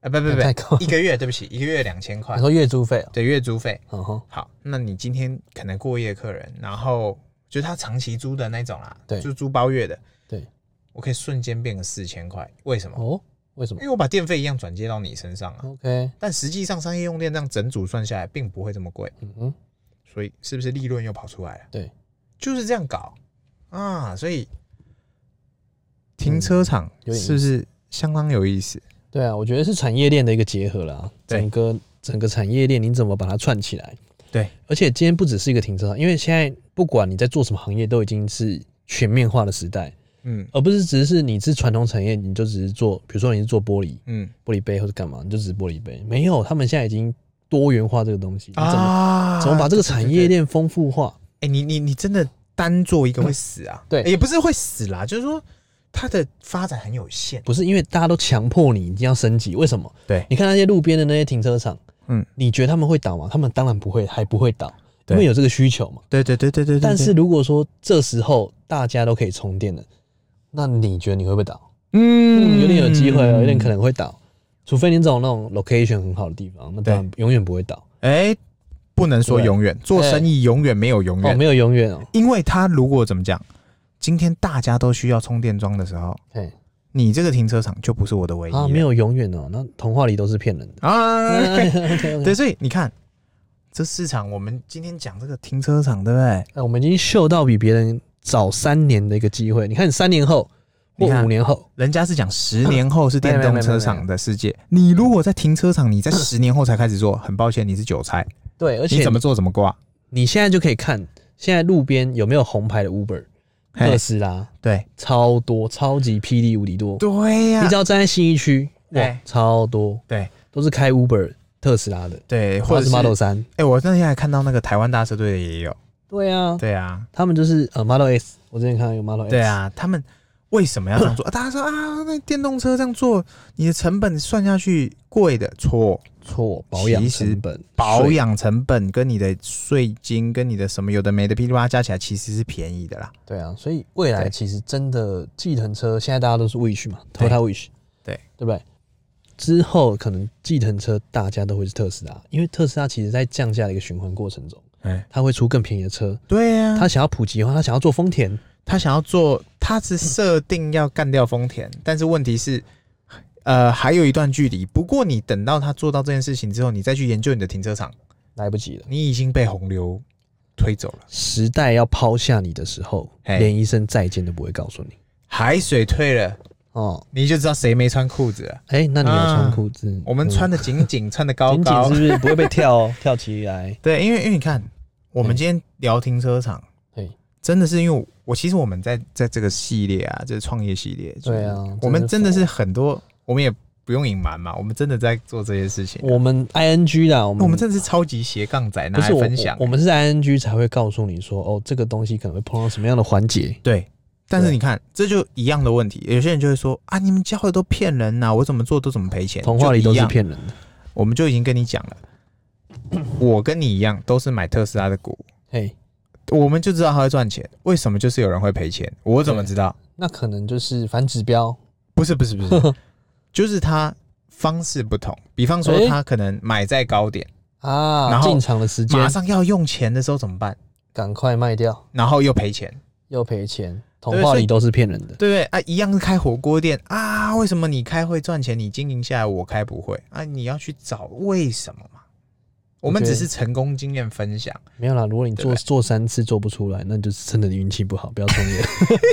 Speaker 2: 啊、不不
Speaker 1: 嗯那太高
Speaker 2: 不，一个月，对不起，一个月两千块
Speaker 1: 你，说月租费啊？
Speaker 2: 对，月租费。
Speaker 1: 嗯哼，
Speaker 2: 好，那你今天可能过夜客人，然后就是他长期租的那种啦，
Speaker 1: 对
Speaker 2: 就租包月的，
Speaker 1: 对，
Speaker 2: 我可以瞬间变个四千块，为什么？
Speaker 1: 哦，为什么
Speaker 2: 因为我把电费一样转接到你身上啊，
Speaker 1: ？OK，
Speaker 2: 但实际上商业用电这样整组算下来并不会这么贵，
Speaker 1: 嗯哼，
Speaker 2: 所以是不是利润又跑出来了？
Speaker 1: 对，
Speaker 2: 就是这样搞啊，所以停车场
Speaker 1: 嗯有点意思
Speaker 2: 是不是相当有意思？
Speaker 1: 对啊，我觉得是产业链的一个结合啦，
Speaker 2: 对
Speaker 1: 整个整个产业链你怎么把它串起来？
Speaker 2: 对，
Speaker 1: 而且今天不只是一个停车场，因为现在不管你在做什么行业，都已经是全面化的时代，
Speaker 2: 嗯
Speaker 1: 而不是只是你是传统产业，你就只是做，比如说你是做玻璃
Speaker 2: 嗯
Speaker 1: 玻璃杯或者干嘛，你就只是玻璃杯，没有，他们现在已经多元化这个东西，你怎么、
Speaker 2: 啊
Speaker 1: 怎么把这个产业？链丰富化？
Speaker 2: 哎、你你你真的单做一个会死啊？
Speaker 1: 嗯对
Speaker 2: 也不是会死啦，就是说它的发展很有限。
Speaker 1: 不是因为大家都强迫你一定要升级，为什么？
Speaker 2: 对
Speaker 1: 你看那些路边的那些停车场，
Speaker 2: 嗯，
Speaker 1: 你觉得他们会倒吗？他们当然不会，还不会倒，
Speaker 2: 对
Speaker 1: 因为有这个需求嘛。
Speaker 2: 对对对对对对
Speaker 1: 但是如果说这时候大家都可以充电了，那你觉得你会不会倒？嗯，有点有机会哦，有点可。能会倒，除非你找那种 location 很好的地方，那当然永远不会倒。
Speaker 2: 哎、不能说
Speaker 1: 对
Speaker 2: 永远，做生意永远没有永
Speaker 1: 哦，
Speaker 2: 远，
Speaker 1: 没有永远哦，
Speaker 2: 因为它如果怎么讲，今天大家都需要充电桩的时候，
Speaker 1: 嘿
Speaker 2: 你这个停车场就不是我的唯一
Speaker 1: 啊，
Speaker 2: 了
Speaker 1: 没有嗯永远哦，那童话里都是骗
Speaker 2: *laughs*
Speaker 1: 人的。
Speaker 2: 啊。
Speaker 1: OK，OK
Speaker 2: 对，所以你看，这市场我们今天讲这个停车场，对不对？
Speaker 1: 哎，我们已经嗅到比别人早三年的一个机会。你看，三年后或
Speaker 2: 你看
Speaker 1: 五年后，
Speaker 2: 人家是讲十年后是电动车场的世界，你如果在停车场，你在十年后才开始做，很抱歉，你是韭菜，
Speaker 1: 对，而
Speaker 2: 你
Speaker 1: 且
Speaker 2: 怎么做怎么挂。
Speaker 1: 你现在就可以看，现在路边有没有红牌的 Uber、
Speaker 2: 嘿
Speaker 1: 特斯拉，
Speaker 2: 对
Speaker 1: 超多，超级霹雳无敌多。
Speaker 2: 对啊呀、
Speaker 1: 你只要站在新一区，哇
Speaker 2: 哎，
Speaker 1: 超多，
Speaker 2: 对
Speaker 1: 都是开 Uber、特斯拉的，
Speaker 2: 对，或
Speaker 1: 或
Speaker 2: 者
Speaker 1: 者
Speaker 2: 是
Speaker 1: 是
Speaker 2: 哎
Speaker 1: Model 三。、
Speaker 2: 我那天还看到那个台湾大车队的也有，
Speaker 1: 对啊，
Speaker 2: 对啊，
Speaker 1: 他们就是呃 Model S，我之前看到有 Model S。
Speaker 2: 对，啊，他们为什么要这样做？啊、大家说啊，那电动车这样做，你的成本算下去贵的，错。
Speaker 1: 错，保养
Speaker 2: 其实
Speaker 1: 成本，
Speaker 2: 保
Speaker 1: 税
Speaker 2: 养成本跟你的税金跟你的什么有的没的噼里啪啦加起来，其实是便宜的啦。
Speaker 1: 对啊，所以未来
Speaker 2: 对
Speaker 1: 其实真的计程车，现在大家都是 Wish 嘛
Speaker 2: 对
Speaker 1: ，Toyota Wish，
Speaker 2: 对
Speaker 1: 对不对？之后可能计程车大家都会是特斯拉，因为特斯拉其实在降价的一个循环过程中，
Speaker 2: 哎、
Speaker 1: 它会出更便宜的车。
Speaker 2: 对呀、
Speaker 1: 它
Speaker 2: 他
Speaker 1: 想要普及化，它想要做丰田，
Speaker 2: 他想要做，他是设定要干掉丰田，但是问题是，呃，还有一段距离。不过你等到他做到这件事情之后，你再去研究你的停车场，
Speaker 1: 来不及了。
Speaker 2: 你已经被洪流推走了，
Speaker 1: 时代要抛下你的时候，
Speaker 2: 嘿
Speaker 1: 连一声再见都不会告诉你。
Speaker 2: 海水退了，
Speaker 1: 哦，
Speaker 2: 你就知道谁没穿裤子了。
Speaker 1: 哎、那你有穿
Speaker 2: 啊
Speaker 1: 裤子？
Speaker 2: 我们
Speaker 1: 嗯
Speaker 2: 穿的紧紧，穿的高
Speaker 1: 紧
Speaker 2: 高
Speaker 1: 紧，是不是不会被跳哦跳起
Speaker 2: *laughs*
Speaker 1: 来？
Speaker 2: 对，因为因为你看，我
Speaker 1: 嗯
Speaker 2: 们今天聊停车场，
Speaker 1: 对，
Speaker 2: 真的是因为我我其实我们在在这个系列啊，就是创业系列，就是
Speaker 1: 对啊
Speaker 2: 我们
Speaker 1: 真
Speaker 2: 真
Speaker 1: 的
Speaker 2: 的
Speaker 1: 是
Speaker 2: 是很多，我们也不用隐瞒嘛，我们真的在做这些事情啊、
Speaker 1: 我们 ing 啦，我们
Speaker 2: 我们真的是超级斜杠仔，拿
Speaker 1: 不
Speaker 2: 来
Speaker 1: 是我
Speaker 2: 分享
Speaker 1: 我，我。们是 ing 才会告诉你说，哦，这个东西可能会碰到什么样的环节。
Speaker 2: 对，但是
Speaker 1: 对
Speaker 2: 你看，这就一样的问题，有些人就会说啊，你们教的都骗人呐、我怎么做都怎么赔钱，
Speaker 1: 童话里都
Speaker 2: 就一
Speaker 1: 是
Speaker 2: 样。
Speaker 1: 骗人的。
Speaker 2: 我们就已经跟你讲了，我跟你一样都是买特斯拉的股，
Speaker 1: 嘿，
Speaker 2: 我们就知道它会赚钱，为什么就是有人会赔钱？我怎么
Speaker 1: 对
Speaker 2: 知道？
Speaker 1: 那可能就是反指标。
Speaker 2: 不是不是不是， *laughs* 就是它方式不同。比方说
Speaker 1: 诶，
Speaker 2: 他可能买在高点，
Speaker 1: 啊，
Speaker 2: 然后
Speaker 1: 进场的时间
Speaker 2: 马上要用钱的时候怎么办？
Speaker 1: 赶快卖掉，
Speaker 2: 然后又赔钱，
Speaker 1: 又赔钱。童
Speaker 2: 对
Speaker 1: 话
Speaker 2: 所以
Speaker 1: 里都是骗人的。
Speaker 2: 对不对啊？一样是开火锅店啊，为什么你开会赚钱，你经营下来我开不会啊？你要去找为什么嘛？我们
Speaker 1: 我觉得
Speaker 2: 只是成功经验分享，
Speaker 1: 没有啦，如果你做
Speaker 2: 对
Speaker 1: 做三次做不出来，那就是真的运气不好，不要创业。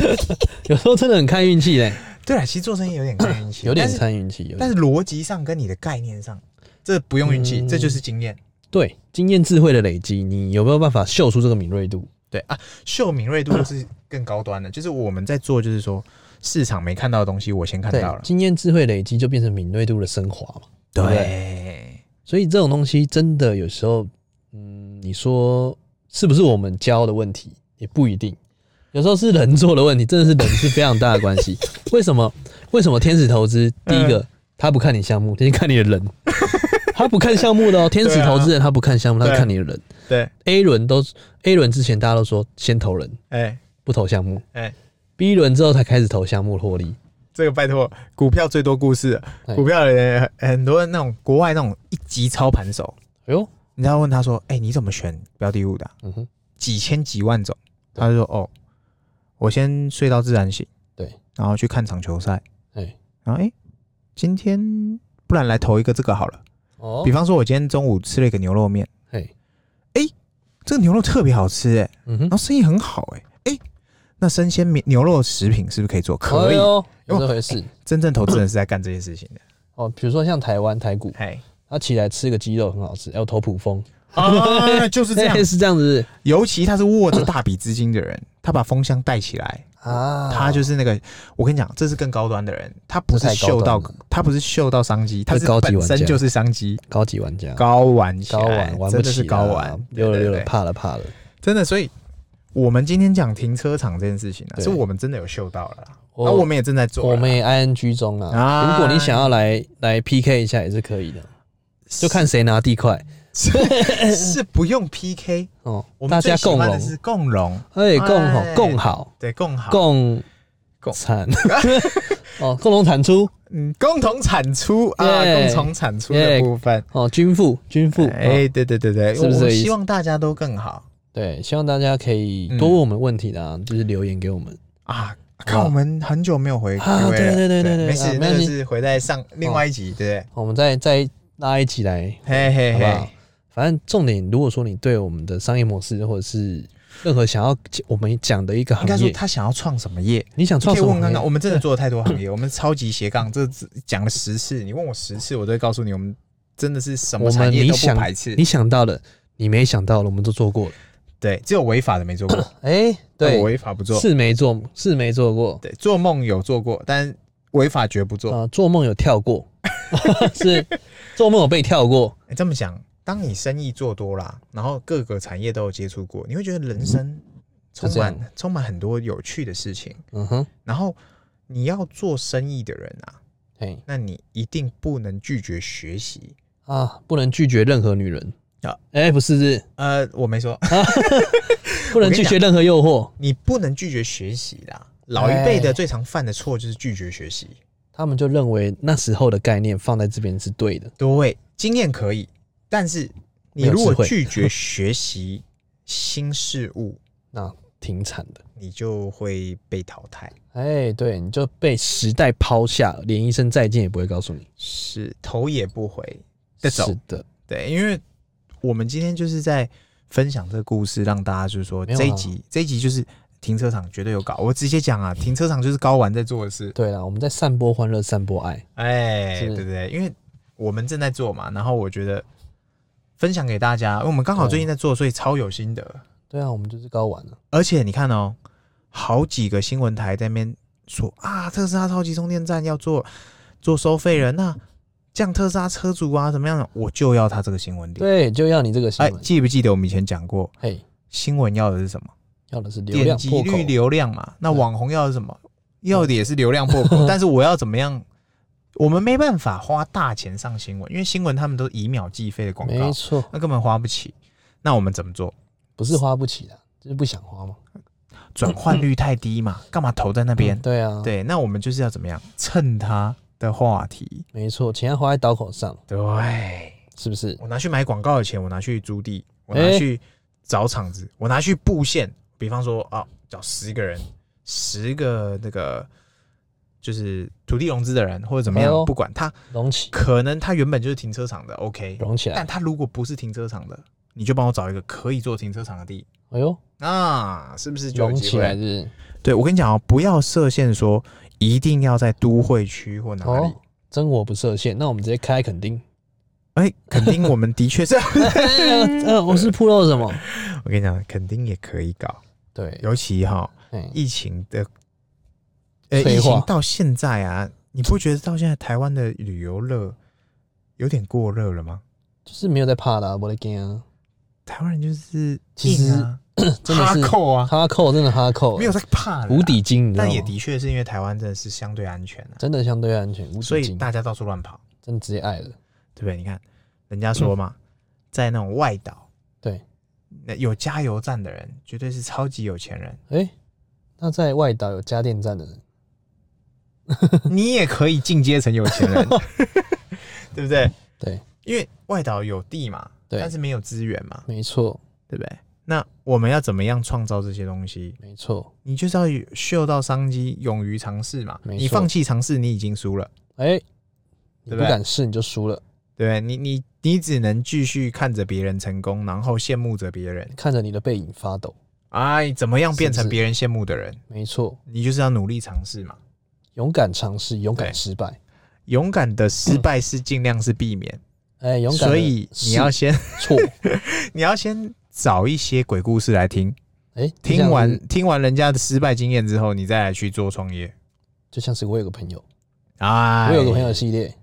Speaker 1: *laughs* 有时候真的很看运气嘞，
Speaker 2: 对啊，其实做生意 *coughs* 有点看运气，
Speaker 1: 有点
Speaker 2: 但是
Speaker 1: 看运气。有点
Speaker 2: 但是逻辑上跟你的概念上，这不用运气，
Speaker 1: 嗯
Speaker 2: 这就是经验。
Speaker 1: 对经验智慧的累积，你有没有办法秀出这个敏锐度？
Speaker 2: 对啊，秀敏
Speaker 1: *clears throat*
Speaker 2: 锐度是更高端的，就是我们在做，就是说市场没看到的东西，我先看
Speaker 1: 对
Speaker 2: 到，了。
Speaker 1: 经验智慧累积就变成敏锐度的升华嘛。对不
Speaker 2: 对，
Speaker 1: 所以这种东西真的有时候，嗯，你说是不是我们教的问题也不一定，有时候是人做的问题，真的是人是非常大的关系。为什么？为什么天使投资第一个、他不看你项目，他先看你的人，他不看项目的哦。天使投资人他不看项目，他
Speaker 2: 对
Speaker 1: 看你的人。
Speaker 2: 对，
Speaker 1: A 轮都 A 轮之前大家都说先投人，
Speaker 2: 哎、
Speaker 1: 不投项目。
Speaker 2: 哎、
Speaker 1: B 轮之后才开始投项目获利，
Speaker 2: 这个拜托，股票最多故事了
Speaker 1: 哎，
Speaker 2: 股票的人很多那种国外那种一级操盘手，
Speaker 1: 哎呦，
Speaker 2: 你要问他说，哎、你怎么选标的物的啊、
Speaker 1: 嗯哼，
Speaker 2: 几千几万种，他就说，哦，我先睡到自然醒，
Speaker 1: 对，
Speaker 2: 然后去看场球赛，
Speaker 1: 哎，
Speaker 2: 然后哎、今天不然来投一个这个好了，
Speaker 1: 哦
Speaker 2: 比，方说我今天中午吃了一个牛肉面，
Speaker 1: 嘿，
Speaker 2: 这个牛肉特别好吃、哎，
Speaker 1: 嗯
Speaker 2: 然
Speaker 1: 哼，
Speaker 2: 后生意很好、哎，哎，那生鲜米牛肉食品是不是可以做？可
Speaker 1: 哎
Speaker 2: 以，
Speaker 1: 呦有这回事。
Speaker 2: 真正投资人是在干这件事情的，
Speaker 1: 哦，比如说像台湾台股， *laughs*
Speaker 2: 哎。
Speaker 1: 他起来吃个鸡肉很好吃，还有头普风，，
Speaker 2: 啊，就是这样
Speaker 1: 哎 *laughs* 是这样子
Speaker 2: 尤其他是握着大笔资金的人，他把风箱带起来，
Speaker 1: 啊
Speaker 2: 他就是那个，我跟你讲，这是更高端的人，他不是
Speaker 1: 这太高
Speaker 2: 嗅到
Speaker 1: 端，
Speaker 2: 他不是嗅到商机，他是
Speaker 1: 高级
Speaker 2: 本
Speaker 1: 玩
Speaker 2: 身
Speaker 1: 家
Speaker 2: 就是商机，
Speaker 1: 高级玩家，
Speaker 2: 高玩起
Speaker 1: 高
Speaker 2: 来
Speaker 1: 玩玩不
Speaker 2: 真
Speaker 1: 起
Speaker 2: 的
Speaker 1: 啊
Speaker 2: 是
Speaker 1: 啦，
Speaker 2: 高玩，
Speaker 1: 溜了
Speaker 2: 对
Speaker 1: 溜
Speaker 2: 对
Speaker 1: 了，
Speaker 2: 对
Speaker 1: 怕了怕了。
Speaker 2: 真的，所以我们今天讲停车场这件事情啊，
Speaker 1: 对
Speaker 2: 是我们真的有嗅到了啦，
Speaker 1: 我
Speaker 2: 那我们也正在做
Speaker 1: 我
Speaker 2: 啦，
Speaker 1: 们也 ing 中啊，
Speaker 2: 啊
Speaker 1: 如果你想要来来 PK 一下也是可以的，就看谁拿地块
Speaker 2: 是是不用 PK，
Speaker 1: 哦
Speaker 2: 我，
Speaker 1: 大
Speaker 2: 们
Speaker 1: 家
Speaker 2: 最喜
Speaker 1: 共
Speaker 2: 欢的
Speaker 1: 荣，
Speaker 2: 是共荣，
Speaker 1: 哎，共好
Speaker 2: 哎
Speaker 1: 共好
Speaker 2: 对，共好，
Speaker 1: 共
Speaker 2: 共 *laughs*
Speaker 1: 产哦，共同产出
Speaker 2: 嗯，共同产出啊，
Speaker 1: 耶
Speaker 2: 共同产出
Speaker 1: 耶
Speaker 2: 的部分。
Speaker 1: 哦，均富均富，
Speaker 2: 哎、
Speaker 1: 哦
Speaker 2: 对对对对，
Speaker 1: 是不是
Speaker 2: 我
Speaker 1: 这
Speaker 2: 们
Speaker 1: 意思
Speaker 2: 希望大家都更好
Speaker 1: 对，希望大家可以
Speaker 2: 嗯
Speaker 1: 多问我们问题的啊，就是留言给我们。
Speaker 2: 啊！看我们很久没有回
Speaker 1: 啊
Speaker 2: 各位
Speaker 1: 对
Speaker 2: 了
Speaker 1: 对对对对
Speaker 2: 没
Speaker 1: 啊
Speaker 2: 事，
Speaker 1: 没哦
Speaker 2: 那
Speaker 1: 关
Speaker 2: 就
Speaker 1: 系
Speaker 2: 是回在上另外一集，对
Speaker 1: 我们再再拉一起来
Speaker 2: 不对？嘿嘿
Speaker 1: 好不好
Speaker 2: 嘿，？
Speaker 1: 反正重点，如果说你对我们的商业模式或者是任何想要我们讲的一个
Speaker 2: 应该
Speaker 1: 行
Speaker 2: 说
Speaker 1: 业，
Speaker 2: 他想要创什么业，
Speaker 1: 你想
Speaker 2: 你可
Speaker 1: 创
Speaker 2: 以
Speaker 1: 什么
Speaker 2: 问
Speaker 1: 行
Speaker 2: 看
Speaker 1: 业
Speaker 2: 看。我？们真的做了太多
Speaker 1: *laughs*
Speaker 2: 行业，我们超级斜杠，这只讲了十次，你问我十次，我都会告诉你，我们真的是什么
Speaker 1: 我
Speaker 2: 产
Speaker 1: 们
Speaker 2: 业
Speaker 1: 你
Speaker 2: 都不
Speaker 1: 想
Speaker 2: 排斥
Speaker 1: 你。想到的，你没想到的，我们都做过了。
Speaker 2: 对，只有违法的没
Speaker 1: *coughs*
Speaker 2: 做过，
Speaker 1: 哎、
Speaker 2: 我
Speaker 1: 对，
Speaker 2: 违法不做。
Speaker 1: 是没做，是没做过。
Speaker 2: 对，做梦有做过，但违法绝不做。
Speaker 1: 啊、做梦有跳
Speaker 2: *laughs*
Speaker 1: 过，是做梦有被跳过。
Speaker 2: 欸、这么想，当你生意做多啦，然后各个产业都有接触过，你会觉得人生充
Speaker 1: 是这
Speaker 2: 满充满很多有趣的事情。
Speaker 1: 嗯哼，
Speaker 2: 然后你要做生意的人啊，
Speaker 1: 嘿
Speaker 2: 那你一定不能拒绝学习。
Speaker 1: 啊，不能拒绝任何女人
Speaker 2: 啊
Speaker 1: 啊！哎、不是是，
Speaker 2: 呃，我没说， *laughs*
Speaker 1: 不能拒绝任何诱惑。
Speaker 2: 你不能拒绝学习啦。老一辈的最常犯的错就是拒绝学习。
Speaker 1: 他们就认为那时候的概念放在这边是对的，
Speaker 2: 对，经验可以，但是你
Speaker 1: 没有
Speaker 2: 如
Speaker 1: 智
Speaker 2: 果
Speaker 1: 慧
Speaker 2: 拒绝学习新事物，
Speaker 1: 那挺惨的。
Speaker 2: 你就会被淘汰。
Speaker 1: 哎、对，你就被时代抛下，连一声再见也不会告诉你。
Speaker 2: 是头也不回的走
Speaker 1: 是。的，
Speaker 2: 对，因为我们今天就是在分享这个故事，让大家就是说
Speaker 1: 没有啊
Speaker 2: 这一集，这一集就是停车场绝对有搞。我直接讲啊，停车场就是高玩在做的事。
Speaker 1: 对啦，我们在散播欢乐，散播爱。
Speaker 2: 哎，
Speaker 1: 是
Speaker 2: 对对对，因为我们正在做嘛，然后我觉得分享给大家，因为我们刚好最近在做，所以超有心得。
Speaker 1: 对啊，我们就是高玩了。
Speaker 2: 而且你看哦，好几个新闻台在那边说啊，特斯拉超级充电站要做做收费人，那这样特斯拉车主啊怎么样呢？我就要他这个新闻点。
Speaker 1: 对，就要你这个新
Speaker 2: 哎，
Speaker 1: 闻，
Speaker 2: 记不记得我们以前讲过，
Speaker 1: 嘿、
Speaker 2: 新闻要的是什么？
Speaker 1: 要的是流
Speaker 2: 点
Speaker 1: 量
Speaker 2: 击
Speaker 1: 破口
Speaker 2: 率、。流量嘛。那
Speaker 1: 对
Speaker 2: 网红要的是什
Speaker 1: *laughs*
Speaker 2: 么？要的也是流量破口，但是我要怎么样？我们没办法花大钱上新闻，因为新闻他们都以秒计费的广告
Speaker 1: 没，错，
Speaker 2: 那根本花不起。那我们怎么做？
Speaker 1: 不是花不起的，就是不想花嘛。
Speaker 2: 转换率太低嘛，干嘛投在那边
Speaker 1: 嗯？对啊，，
Speaker 2: 对，那我们就是要怎么样蹭他的话题？
Speaker 1: 没错，钱要花在刀口上，
Speaker 2: 对，
Speaker 1: 是不是？
Speaker 2: 我拿去买广告的钱，我拿去租地，我拿去找场子，我拿去布线。比方说啊，找十个人，十个那个就是土地融资的人或者怎么样
Speaker 1: 哎，呦
Speaker 2: 不管他，
Speaker 1: 隆起，
Speaker 2: 可能他原本就是停车场的，OK，
Speaker 1: 隆起来
Speaker 2: 但。他如果不是停车场的，你就帮我找一个可以做停车场的地。
Speaker 1: 哎呦，
Speaker 2: 啊，是不是就有
Speaker 1: 隆
Speaker 2: 机
Speaker 1: 起来
Speaker 2: 会？
Speaker 1: 是不是？
Speaker 2: 对我跟你讲哦，不要设限说一定要在都会区或哪里
Speaker 1: 哦，真我不设限，那我们直接开垦
Speaker 2: *laughs*
Speaker 1: 丁。
Speaker 2: 哎，肯定我们的确是， *laughs*
Speaker 1: 呃，我是铺露什么？
Speaker 2: 我跟你讲，肯定也可以搞，
Speaker 1: 对，
Speaker 2: 尤其哈
Speaker 1: 哎
Speaker 2: 疫情的，呃，
Speaker 1: 退
Speaker 2: 疫情
Speaker 1: 化
Speaker 2: 到现在啊，你不觉得到现在台湾的旅游热有点过热了吗？
Speaker 1: 就是没有在怕的、啊，我的天啊，
Speaker 2: 台湾人就是
Speaker 1: 其实
Speaker 2: 硬啊
Speaker 1: 真的是
Speaker 2: 扣啊，
Speaker 1: 哈扣，真的哈扣，
Speaker 2: 没有在怕了啦
Speaker 1: 无，底金，你知道
Speaker 2: 但
Speaker 1: 吗
Speaker 2: 也的确是因为台湾真的是相对安全啊，
Speaker 1: 真的相对安全，无
Speaker 2: 所
Speaker 1: 底
Speaker 2: 以
Speaker 1: 金，
Speaker 2: 大家到处乱跑，
Speaker 1: 真的直接爱了。
Speaker 2: 对不对？你看人家说嘛，在那种外
Speaker 1: 嗯
Speaker 2: 岛，
Speaker 1: 对，
Speaker 2: 那有加油站的人绝对是超级有钱人。
Speaker 1: 哎、那在外岛有家电站的人，
Speaker 2: *laughs* 你也可以进阶成有钱人， *laughs* 对不对？
Speaker 1: 对，
Speaker 2: 因为外岛有地嘛，
Speaker 1: 对
Speaker 2: 但是没有资源嘛，
Speaker 1: 没错，
Speaker 2: 对不对？那我们要怎么样创造这些东西？
Speaker 1: 没错。
Speaker 2: 你就是要嗅到商机，勇于尝试嘛。
Speaker 1: 没错
Speaker 2: 你放弃尝试，你已经输了，
Speaker 1: 哎、你
Speaker 2: 对不
Speaker 1: 不
Speaker 2: 对
Speaker 1: 敢试你就输了，
Speaker 2: 对不对？你你你只能继续看着别人成功，然后羡慕着别人。
Speaker 1: 看着你的背影发抖。
Speaker 2: 哎，怎么样变
Speaker 1: 是
Speaker 2: 成
Speaker 1: 不是
Speaker 2: 别人羡慕的人？
Speaker 1: 没错，
Speaker 2: 你就是要努力尝试嘛。
Speaker 1: 勇敢尝试，勇
Speaker 2: 对
Speaker 1: 敢失败。
Speaker 2: 勇敢的失败是尽量是避免，
Speaker 1: 哎、勇敢地
Speaker 2: 所以你要
Speaker 1: 试
Speaker 2: 先 *laughs*
Speaker 1: 错。
Speaker 2: 你要先找一些鬼故事来听，
Speaker 1: 哎、就像
Speaker 2: 听
Speaker 1: 是
Speaker 2: 完听完人家的失败经验之后，你再来去做创业。
Speaker 1: 就像是我有个朋友，
Speaker 2: 啊，
Speaker 1: 我有个朋友，系列。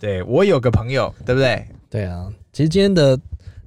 Speaker 2: 对我有个朋友，对不对？
Speaker 1: 对啊，其实今天的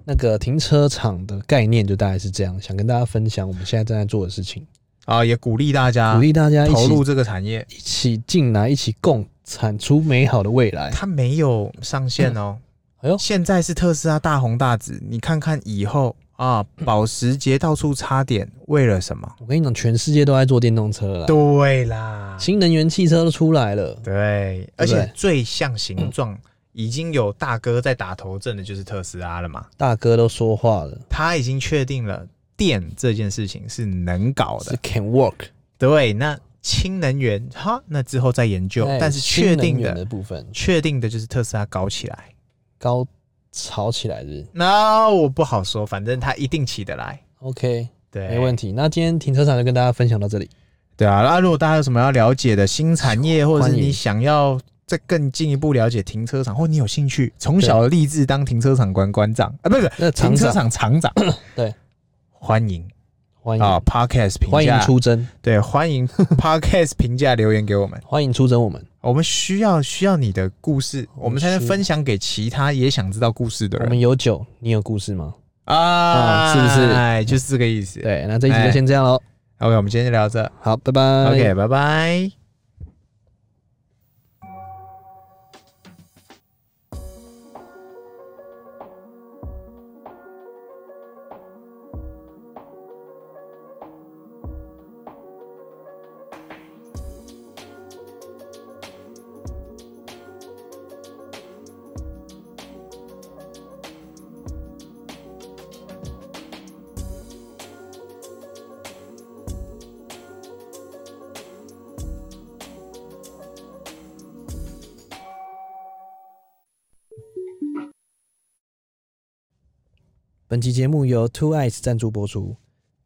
Speaker 1: 那个停车场的概念就大概是这样，想跟大家分享我们现在正在做的事情，
Speaker 2: 啊，也鼓励大家
Speaker 1: 鼓励大家一
Speaker 2: 投入
Speaker 1: 起
Speaker 2: 这个产业。
Speaker 1: 一起进来，一起共产出美好的未来。
Speaker 2: 它没有上限哦，
Speaker 1: 哎呦，
Speaker 2: 现在是特斯拉大红大紫，你看看以后啊，保时捷到处插点，为了什么？
Speaker 1: 我跟你讲，全世界都在做电动车了啦，
Speaker 2: 嗯对啦，
Speaker 1: 新能源汽车都出来了。
Speaker 2: 对，而且
Speaker 1: 对
Speaker 2: 最像形状，已经有大哥在打头阵的就是特斯拉了嘛。
Speaker 1: 大哥都说话了，
Speaker 2: 他已经确定了电这件事情是能搞
Speaker 1: 是
Speaker 2: 的。
Speaker 1: can work，
Speaker 2: 对，那氢能源哈，那之后再研究，
Speaker 1: 哎
Speaker 2: 但是
Speaker 1: 新
Speaker 2: 确
Speaker 1: 能
Speaker 2: 定
Speaker 1: 源
Speaker 2: 的
Speaker 1: 的部分
Speaker 2: 确定的就是特斯拉搞起来。
Speaker 1: 高潮起来日
Speaker 2: 那、我不好说，反正他一定起得来。
Speaker 1: ，OK，
Speaker 2: 对，
Speaker 1: 没问题。那今天停车场就跟大家分享到这里，
Speaker 2: 对啊，那如果大家有什么要了解的新产业，或者是
Speaker 1: 欢迎
Speaker 2: 你想要再更进一步了解停车场，或你有兴趣从小立志当停车场馆馆长啊，不是不是
Speaker 1: 那
Speaker 2: 停
Speaker 1: 厂
Speaker 2: 车
Speaker 1: 长
Speaker 2: 场厂长，
Speaker 1: *coughs* 对，
Speaker 2: 欢迎
Speaker 1: 欢迎、
Speaker 2: 啊、Podcast 评价，
Speaker 1: 欢迎出征，
Speaker 2: 对，欢迎 *laughs* Podcast 评价留言给我们。
Speaker 1: 欢迎出征我们，
Speaker 2: 我们需要需要你的故事，我们才能
Speaker 1: 是
Speaker 2: 分享给其他也想知道故事的
Speaker 1: 我们
Speaker 2: 人
Speaker 1: 有酒，你有故事吗？
Speaker 2: 啊
Speaker 1: 啊是不是
Speaker 2: 哎，就是这个意思。
Speaker 1: 对，那这一集就先这样喽。
Speaker 2: 哎 OK，我们今天就聊到这。
Speaker 1: 好，拜拜。
Speaker 2: OK，拜拜。
Speaker 1: 本期节目由 Two Eyes 赞助播出。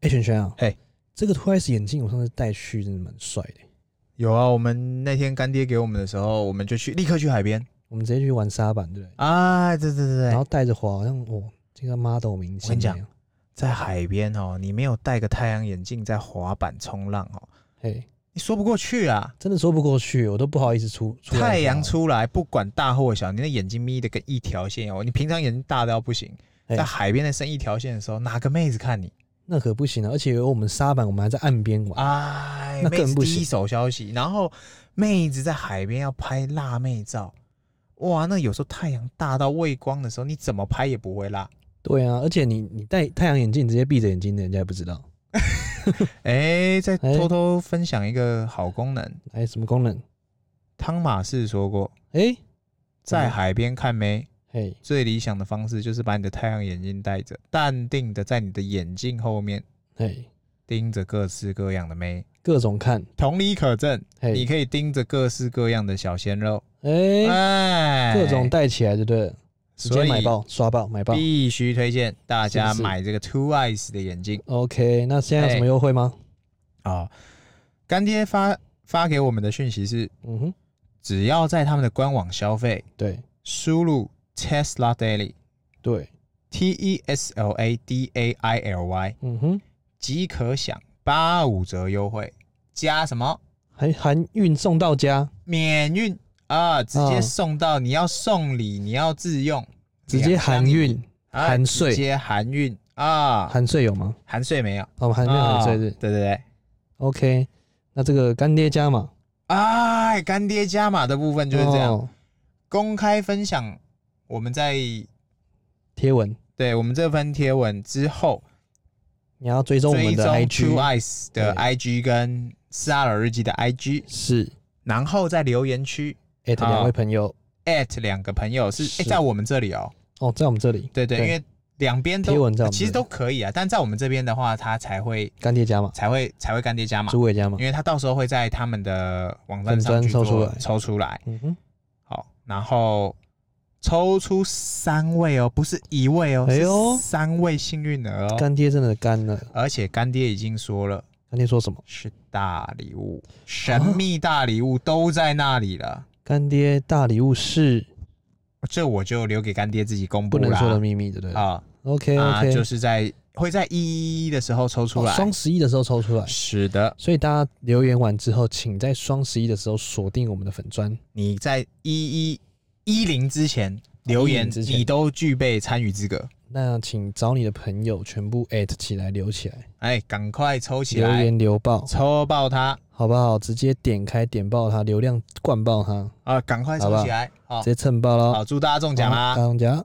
Speaker 1: 哎、璇璇啊，
Speaker 2: 嘿，
Speaker 1: 这个 Two Eyes 眼镜我上次带去真的蛮帅的、
Speaker 2: 有啊，我们那天干爹给我们的时候，我们就去立刻去海边
Speaker 1: 我们直接去玩沙板，对不对？
Speaker 2: 啊！对对对
Speaker 1: 然
Speaker 2: 对
Speaker 1: 后，带着滑，好像哦，这个 model 明星。
Speaker 2: 我跟你讲，在海边哦，你没有戴个太阳眼镜在滑板冲浪哦，
Speaker 1: 嘿，
Speaker 2: 你说不过去啊！
Speaker 1: 真的说不过去，我都不好意思出。出来
Speaker 2: 太阳
Speaker 1: 滑，
Speaker 2: 出来，不管大或小，你的眼睛眯的跟一条线哦。你平常眼睛大到不行，
Speaker 1: 嘿
Speaker 2: 在海边的伸一条线的时候，哪个妹子看你？
Speaker 1: 那可不行啊！而且我们沙板，我们还在岸边玩。
Speaker 2: 哎，
Speaker 1: 那
Speaker 2: 妹
Speaker 1: 更
Speaker 2: 子
Speaker 1: 不
Speaker 2: 第一
Speaker 1: 行
Speaker 2: 手消息，然后妹子在海边要拍辣妹照，哇，那有时候太阳大到畏光的时候，你怎么拍也不会辣。
Speaker 1: 对啊，而且你你戴太阳眼镜，直接闭着眼睛的，人家也不知道。
Speaker 2: 哎、再
Speaker 1: 哎
Speaker 2: 偷偷分享一个好功能，
Speaker 1: 哎，什么功能？
Speaker 2: 汤马士说过，
Speaker 1: 哎，
Speaker 2: 在海边看妹。
Speaker 1: 嘿，
Speaker 2: 最理想的方式就是把你的太阳眼镜戴着，淡定的在你的眼镜后面
Speaker 1: 嘿，
Speaker 2: 盯着各式各样的妹。
Speaker 1: 各种看，
Speaker 2: 同理可证，你
Speaker 1: 嘿，
Speaker 2: 可以盯着各式各样的小鲜肉，
Speaker 1: 哎，
Speaker 2: 哎，
Speaker 1: 各种带起来就对了，直
Speaker 2: 所
Speaker 1: 接
Speaker 2: 以
Speaker 1: 买爆，刷爆，买爆。
Speaker 2: 必须推荐大家
Speaker 1: 是不是
Speaker 2: 买这个 Two Eyes 的眼镜
Speaker 1: OK，那现在有什么
Speaker 2: 哎
Speaker 1: 优惠吗？
Speaker 2: 啊。干爹发发给我们的讯息是，
Speaker 1: 嗯哼，
Speaker 2: 只要在他们的官网消费，
Speaker 1: 对
Speaker 2: 输入 Tesla Daily
Speaker 1: 对，
Speaker 2: T E S L A D A I L Y
Speaker 1: 嗯哼，
Speaker 2: 即可享八五折优惠，加什么
Speaker 1: 还含运送到家，
Speaker 2: 免运啊，直接
Speaker 1: 嗯
Speaker 2: 送到你要送礼，你要自用，
Speaker 1: 直接含运，
Speaker 2: 啊
Speaker 1: 含税
Speaker 2: 直接含运啊，
Speaker 1: 含税有吗？
Speaker 2: 含税没有？
Speaker 1: 哦，含没有含税
Speaker 2: 啊
Speaker 1: 是
Speaker 2: 对对对。
Speaker 1: OK，那这个干爹加嘛，
Speaker 2: 哎，干爹加码的部分就是这样，
Speaker 1: 哦
Speaker 2: 公开分享我们在
Speaker 1: 贴文，
Speaker 2: 对我们这份贴文之后，
Speaker 1: 你要追踪我
Speaker 2: 追
Speaker 1: 们的
Speaker 2: 踪 Two
Speaker 1: IG
Speaker 2: Eyes 的
Speaker 1: 对
Speaker 2: IG 跟斯拉尔日记的 IG，
Speaker 1: 是
Speaker 2: 然后在留言区
Speaker 1: at
Speaker 2: 好
Speaker 1: 两位朋友
Speaker 2: at 两个朋友是
Speaker 1: 是
Speaker 2: 哎在我们这里哦，
Speaker 1: 哦，在我们这里，
Speaker 2: 对对，因为两边
Speaker 1: 贴
Speaker 2: 都
Speaker 1: 文在我们
Speaker 2: 其实
Speaker 1: 这
Speaker 2: 都
Speaker 1: 里
Speaker 2: 可以啊，但在我们这边的话，他才会
Speaker 1: 干爹加嘛，
Speaker 2: 才会才会干爹加码，
Speaker 1: 诸位加嘛，
Speaker 2: 因为他到时候会在他们的网站
Speaker 1: 粉专
Speaker 2: 上去
Speaker 1: 抽
Speaker 2: 做
Speaker 1: 出来
Speaker 2: 抽出来。
Speaker 1: 嗯哼，
Speaker 2: 好，然后抽出三位哦，不是一位哦，
Speaker 1: 哎呦
Speaker 2: 是三位幸运儿哦。
Speaker 1: 干爹真的干了，
Speaker 2: 而且干爹已经说了，
Speaker 1: 干爹说什么？
Speaker 2: 是大礼物，神秘大礼物都在那里了。
Speaker 1: 干爹大礼物是
Speaker 2: 这我就留给干爹自己公布
Speaker 1: 不能
Speaker 2: 啦。
Speaker 1: 说的秘密，对不对
Speaker 2: 啊
Speaker 1: ？OK
Speaker 2: 啊，就
Speaker 1: OK，哦
Speaker 2: 是在会在一一的时候抽出来。
Speaker 1: 双十一的时候抽出来。
Speaker 2: 是的，
Speaker 1: 所以大家留言完之后，请在双十一的时候锁定我们的粉砖。
Speaker 2: 你在一一一零之前留言，
Speaker 1: 10之前
Speaker 2: 你都具备参与资格。
Speaker 1: 那请找你的朋友全部艾特起来，留起来，
Speaker 2: 哎，赶快抽起
Speaker 1: 留
Speaker 2: 来，
Speaker 1: 言留爆，
Speaker 2: 抽爆它！
Speaker 1: 好不好？直接点开点爆它，流量灌爆它，
Speaker 2: 啊，赶快
Speaker 1: 好不
Speaker 2: 抽
Speaker 1: 好
Speaker 2: 起来！好
Speaker 1: 直，接蹭爆喽！嗯
Speaker 2: 好，祝大家中奖啦！
Speaker 1: 大家中奖！